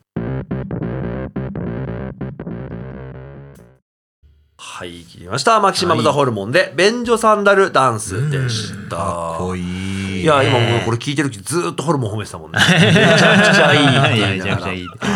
Speaker 1: はい、切りました。マキシマム・ザ・ホルモンで、便所サンダルダンスでした。
Speaker 2: かっこいい。
Speaker 1: いや、今もうこれ聞いてる時ずーっとホルモン褒めてた
Speaker 3: (laughs)
Speaker 1: もんね。めちゃくちゃいいって言いながら。
Speaker 3: めちゃくちゃいい
Speaker 1: はい」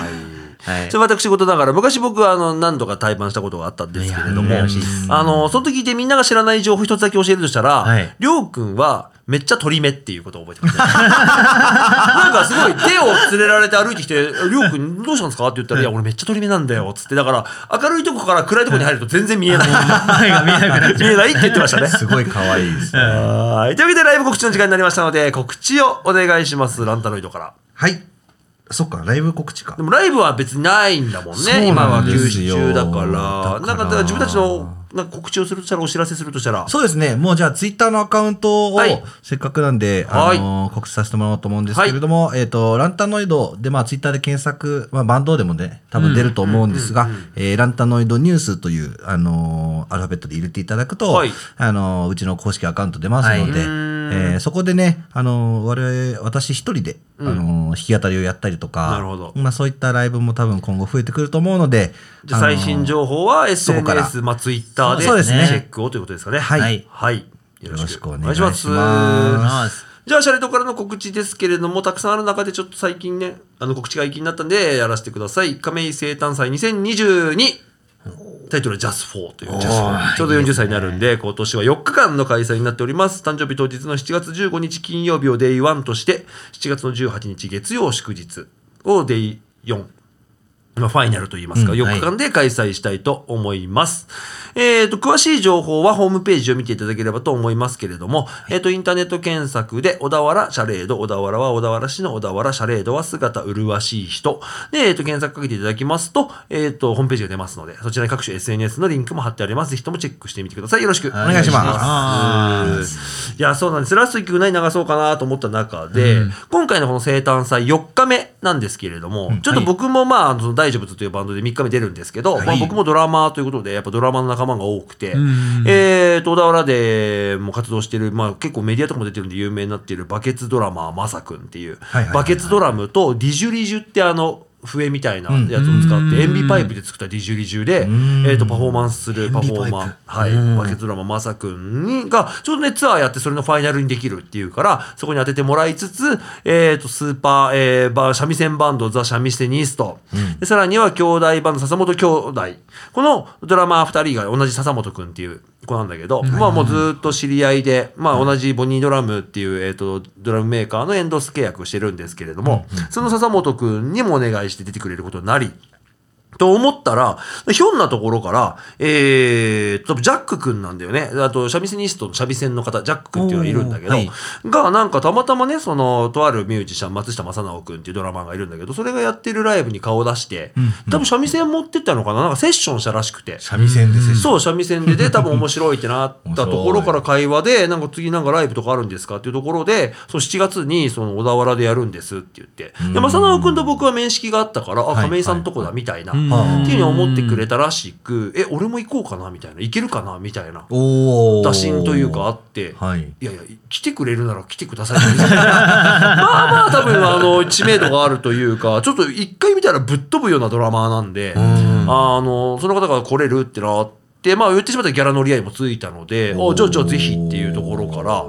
Speaker 3: はい
Speaker 1: それ私事ながら、昔僕、あの、何度か対バンしたことがあったんですけれども
Speaker 3: いや羨ましいで、
Speaker 1: あの、その時でみんなが知らない情報一つだけ教えるとしたら、
Speaker 3: はい
Speaker 1: りょうくんは、めっちゃ鳥目っていうことを覚えて
Speaker 3: (laughs)
Speaker 1: ますね。なんかすごい手を連れられて歩いてきて、りょうくんどうしたんですかって言ったら、いや、俺めっちゃ鳥目なんだよ。つって、だから明るいとこから暗いとこに入ると全然見え
Speaker 3: (laughs)
Speaker 1: ない。
Speaker 3: 前が見えなくなっち
Speaker 1: 見
Speaker 3: ゃう。
Speaker 1: えないって言ってま
Speaker 3: (laughs)
Speaker 1: したね。
Speaker 2: すごい可愛いですね。
Speaker 1: はい。というわけでライブ告知の時間になりましたので、告知をお願いします。ランタノイドから。
Speaker 2: はい。そっか、ライブ告知か
Speaker 1: で。もライブは別にないんだもんね。
Speaker 2: そう
Speaker 1: 今
Speaker 2: な
Speaker 1: は
Speaker 2: ん
Speaker 1: 休
Speaker 2: です
Speaker 1: 止
Speaker 2: よ
Speaker 1: 中だから。
Speaker 2: だから
Speaker 1: なんかだから自分たちのなんか告知をするとしたら、お知らせするとしたら。
Speaker 2: そうですね。もうじゃあ、ツイッターのアカウントを、
Speaker 1: はい
Speaker 2: せっかくなんで、
Speaker 1: はい
Speaker 2: あのー告知させてもらおうと思うんですけれども、えっ、と、ランタノイドで、まあ、ツイッターで検索、まあ、バンドでもね、多分出ると思うんですが、えーランタノイドニュースという、あのーアルファベットで入れていただくと、
Speaker 1: はい
Speaker 2: あのーうちの公式アカウント出ますので、
Speaker 3: はい
Speaker 2: えーそこでね、あのー我々、私一人で、あのー弾き語りをやったりとか、
Speaker 1: なるほど
Speaker 2: まあ、そういったライブも多分今後増えてくると思うので、
Speaker 1: じゃあ最新情報は
Speaker 2: こから
Speaker 1: SNS、まあ、ツイッターでチ
Speaker 2: そうですね
Speaker 1: ェックをということですかね。
Speaker 2: はい
Speaker 3: はい
Speaker 1: はい。
Speaker 2: よろしくお願いし
Speaker 1: お
Speaker 2: ま
Speaker 1: 願いし
Speaker 3: ま
Speaker 1: ます
Speaker 3: す
Speaker 1: じゃあ、シャレトからの告知ですけれども、たくさんある中で、ちょっと最近ね、あの告知が一気になったんで、やらせてください。亀井生誕祭2022。タイトルは Just for という。ちょうど40歳になるんで、今年は4日間の開催になっております。誕生日当日の7月15日金曜日を Day1 として、7月の18日月曜祝日を Day4。まあ、ファイナルといいますか、
Speaker 3: うん
Speaker 1: 4日間で開催したいと思います。えっ、と、詳しい情報はホームページを見ていただければと思いますけれども、えっ、と、インターネット検索で、小田原シャレード、小田原は小田原市の小田原シャレードは姿麗しい人。で、えっ、と、検索かけていただきますと、えっ、と、ホームページが出ますので、そちらに各種 SNS のリンクも貼ってあります。ぜひともチェックしてみてください。よろしくお願いします。いや、そうなんです。ラスト1曲何流そうかなと思った中で、今回のこの生誕祭4日目なんですけれども、ちょっと僕もまあ、あのその大丈夫というバンドで3日目出るんですけど、まあ、僕もドラマーということで、やっぱドラマの仲間が多くて、えーと、小田原でも活動してる、まあ結構メディアとかも出てるんで有名になっているバケツドラマーまさくんっていう、
Speaker 2: はいはいはい
Speaker 1: バケツドラムとディジュリジュってあの、笛みたいなやつを使って、塩ビパイプで作ったディジュリジュで、えー、とパフォーマンスするパフォーマー、はい、バケツドラマまさくんにがちょうどねツアーやってそれのファイナルにできるっていうからそこに当ててもらいつつ、えー、とスーパー、えーバー三味線バンドザ・シャミステニスト、でさらには兄弟バンド笹本兄弟このドラマー2人が同じ笹本くんっていう子なんだけど、まあもうずーっと知り合いで、まあ同じボニードラムっていう、えー、とドラムメーカーのエンドス契約をしてるんですけれども、その笹本くんにもお願いして出てくれることになりと思ったら、ひょんなところから、えー、と、ジャックくんなんだよね。あと、シャミセニストのシャビセンの方、ジャックくんっていうのがいるんだけど、
Speaker 3: おーはい
Speaker 1: が、なんかたまたまね、その、とあるミュージシャン、松下正直くんっていうドラマーがいるんだけど、それがやってるライブに顔を出して、多分三味線持ってったのかななんかセッションしたらしくて。
Speaker 2: 三味線です
Speaker 1: そう、三味線で、 (laughs) で、多分面白いってなったところから会話で、なんか次なんかライブとかあるんですかっていうところで、その7月にその小田原でやるんですって言って、で、正直くんと僕は面識があったから、あ、
Speaker 2: い
Speaker 1: 亀井さんとこだみたいな、って
Speaker 3: ん
Speaker 1: いうふうに思ってくれたらしく、え、俺も行こうかなみたいな、行けるかなみたいな。
Speaker 2: おー
Speaker 1: 打診というかあって、
Speaker 2: はい
Speaker 1: いやいや、来てくれるなら来てください
Speaker 2: (laughs)
Speaker 1: みたいな。まあまあ、多分、あの、知名度があるというか、ちょっと一回見たらぶっ飛ぶようなドラマーなんで、あの、その方が来れるってなって、まあ、言ってしまったらギャラ乗り合いもついたので、おじゃあ、じゃあ、ぜひっていうところから、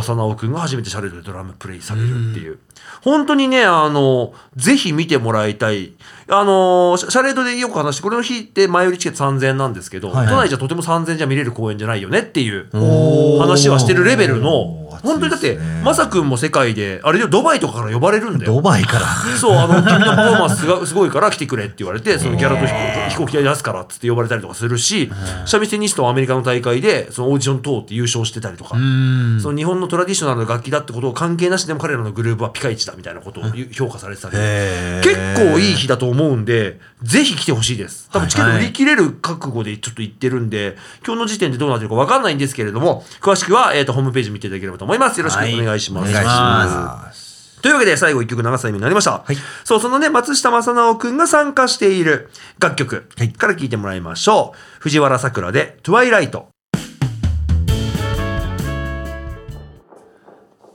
Speaker 1: 正直くんが初めてシャレルでドラムプレイされるっていう。本当にね、あの、ぜひ見てもらいたい。あの、シャシャレードでよく話して、これの日って前売りチケット3000なんですけど、
Speaker 2: はいはい
Speaker 1: 都内じゃとても3000じゃ見れる公演じゃないよねっていう
Speaker 2: おー
Speaker 1: 話はしてるレベルの
Speaker 2: おー、
Speaker 1: 本当にだっ
Speaker 2: 熱い
Speaker 1: て
Speaker 2: ですね、
Speaker 1: まさくんも世界で、あれでドバイとかから呼ばれるんだ
Speaker 2: ド
Speaker 1: よ。
Speaker 2: バイから。
Speaker 1: (laughs) そう、あの、君のパフォーマンスがすごいから来てくれって言われて、そのギャラと飛行飛行機代出すからっつって呼ばれたりとかするし、三味線ニストはアメリカの大会で、そのオーディション通って優勝してたりとか、その日本のトラディショナルの楽器だってことを関係なしでも彼らのグループはピカイチだみたいなことを言う評価されてたりとか結構いい日だと思うんで、ぜひ来てほしいです。多分チケット売り切れる覚悟でちょっと言ってるんで、今日の時点でどうなってるかわかんないんですけれども、詳しくは、えっ、と、ホームページ見ていただければと思います。よろしくお願いします。
Speaker 3: はいお願いし
Speaker 2: ます。
Speaker 1: というわけで最後一曲長さになりました。
Speaker 2: はい
Speaker 1: そう、そのね、松下正直くんが参加している楽曲から聴いてもらいましょう。藤原さくらで、トゥワイライト。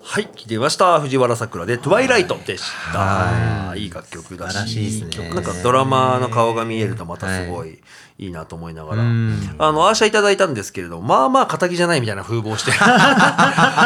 Speaker 1: はい、聴いてみました。藤原さくらで、トゥワイライトでした。い、い楽曲だ
Speaker 3: 素晴ら
Speaker 1: し、
Speaker 3: しいですね
Speaker 1: 曲なんかドラマーの顔が見えるとまたすごい、い、いなと思いながら。
Speaker 3: ん
Speaker 1: あの、アーシャいただいたんですけれども、まあまあ、仇じゃないみたいな風貌して。 (laughs)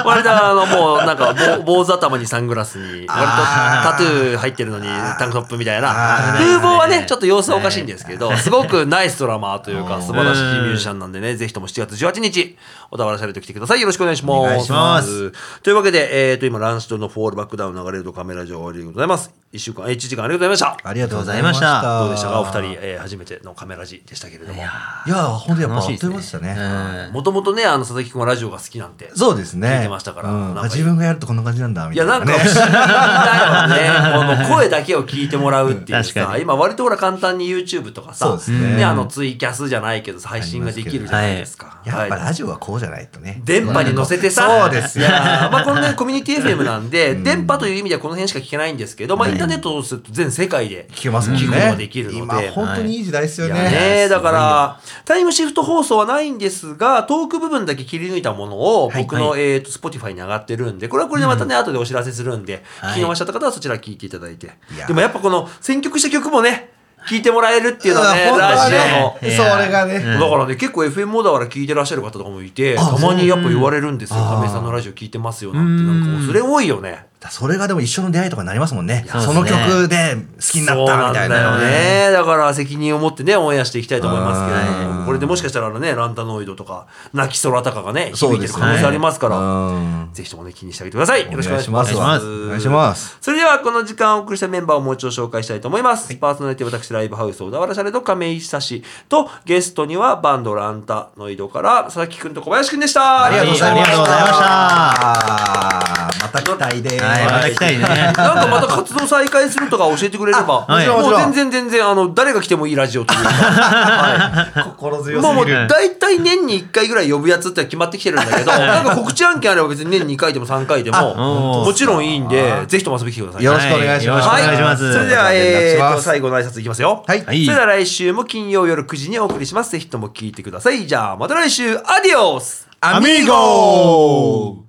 Speaker 1: 割とあのもうなんかぼ坊主頭にサングラスに割とタトゥー入ってるのにタンクトップみたいな風貌はね、ちょっと様子はおかしいんですけど、すごくナイスドラマーというか、素晴らしいミュージシャンなんでね、ぜひとも7月18日、小田原シャレと来てください。よろしくお願いします。。
Speaker 2: お願いします
Speaker 1: というわけで、えっ、と、今、ランシュとのフォールバックダウン流れるとカメラ上ありがとうございます。1週間、1時間ありがとうございました。
Speaker 2: ありがとうございました。
Speaker 1: どうでしたか、お二人、えー初めてのカメラ字でしたけれども。
Speaker 2: いやー、本当やっぱ
Speaker 3: 楽
Speaker 2: あ
Speaker 3: しい
Speaker 2: っ
Speaker 3: です
Speaker 2: とい
Speaker 3: ね
Speaker 2: う間でしたね。
Speaker 1: もともとね、あの、佐々木くんはラジオが好きなんて。
Speaker 2: そうですね。
Speaker 1: 聞いてましたから
Speaker 2: うん
Speaker 1: なんか
Speaker 2: あ自分がやるとこんな感じなんだ、み
Speaker 1: い
Speaker 2: た
Speaker 1: や、
Speaker 2: い
Speaker 1: な
Speaker 2: な、
Speaker 1: ん
Speaker 2: ね。
Speaker 1: か不思議だよね。この声だけを聞いてもらうっていう
Speaker 3: 確か
Speaker 1: さ、
Speaker 3: に
Speaker 1: 今割とほら簡単に YouTube とか
Speaker 2: そう
Speaker 1: さ
Speaker 2: で、すね
Speaker 1: あのツイキャスじゃないけどさ配信ができるじゃないですか。
Speaker 2: やっぱ
Speaker 1: はい
Speaker 2: ラジオはこうじゃないとね。
Speaker 1: 電波に乗せてさ、
Speaker 2: そうです
Speaker 1: い
Speaker 2: よ
Speaker 1: やまあこのね、コミュニティ FM なんで、電波という意味ではこの辺しか聞けないんですけど、まあインターネットをすると全世界で
Speaker 2: 聞けますもんね。
Speaker 1: 聞くことができるので。
Speaker 2: 今、本当にいい時代ですよね。
Speaker 1: いやねだから、タイムシフト放送はないんですが、トーク部分だけ切り抜いたものを、僕の、えっ、と、Spotify に上がってるんで、これはこれでまたね、後でお知らせするんで、
Speaker 3: はい
Speaker 1: 聞き逃しちゃった方はそちら聞いていただいて。
Speaker 2: いや
Speaker 1: でもやっぱこの、選曲した曲もね、聞いてもらえるっていうのはね、
Speaker 2: うん
Speaker 1: ラジ
Speaker 2: 本
Speaker 1: オ
Speaker 2: 当はね
Speaker 1: の。
Speaker 2: それがね。
Speaker 1: だからね、結構 FM 小田原聞いてらっしゃる方とかもいて、たまにやっぱ言われるんですよ。亀井さんのラジオ聞いてますよなんて、なんかもうそれ多いよね。
Speaker 2: それがでも一緒の出会いとかになりますもんね。
Speaker 3: うです
Speaker 2: そ
Speaker 3: ね
Speaker 2: の曲で好きになったみたいな。
Speaker 1: そうなんだよね。だから責任を持ってね、オンエアしていきたいと思いますけれど
Speaker 2: う
Speaker 1: も、
Speaker 2: ん
Speaker 1: これでもしかしたらね、ランタノイドとか、泣き空高がね、響い
Speaker 2: そう
Speaker 1: て
Speaker 2: で
Speaker 1: る
Speaker 2: すね
Speaker 1: 可能性ありますから、
Speaker 2: うん
Speaker 1: ぜひともね、気にしてあげてください。よろしくお願いします。
Speaker 2: お願いしますお願いします
Speaker 1: それでは、この時間をお送りしたメンバーをもう一度紹介したいと思います。パーソナリティ私、ライブハウス、小田原シャレと亀井久志と、ゲストにはバンドランタノイドから、佐々木くんと小林くんでした。
Speaker 2: ありがとうございました。
Speaker 3: ありがとうございました
Speaker 2: また期待です。
Speaker 3: はい、また来たいね。
Speaker 1: なんかまた活動再開するとか教えてくれれば、
Speaker 3: はい
Speaker 1: も
Speaker 2: も
Speaker 1: う
Speaker 2: ちろん
Speaker 1: 全然全然、あの、誰が来てもいいラジオというか、はい
Speaker 2: 心強すぎる。
Speaker 1: まあもう
Speaker 3: る
Speaker 1: 大体年に1回ぐらい呼ぶやつって決まってきてるんだけどなんか告知案件あれば別に年に2回でも3回でも
Speaker 3: あ
Speaker 1: もちろんいいんでぜひとも遊びに来てください。
Speaker 2: よろしくお願いします。
Speaker 3: はいよろしくお願いします
Speaker 1: それでは、え
Speaker 2: お願
Speaker 1: ー、
Speaker 2: いしま
Speaker 1: と
Speaker 2: す
Speaker 1: 最後の挨拶いきますよ。
Speaker 2: はい
Speaker 1: それでは来週も金曜夜9時にお送りします。ぜひとも聞いてください。じゃあまた来週、アディオス
Speaker 2: アミーゴー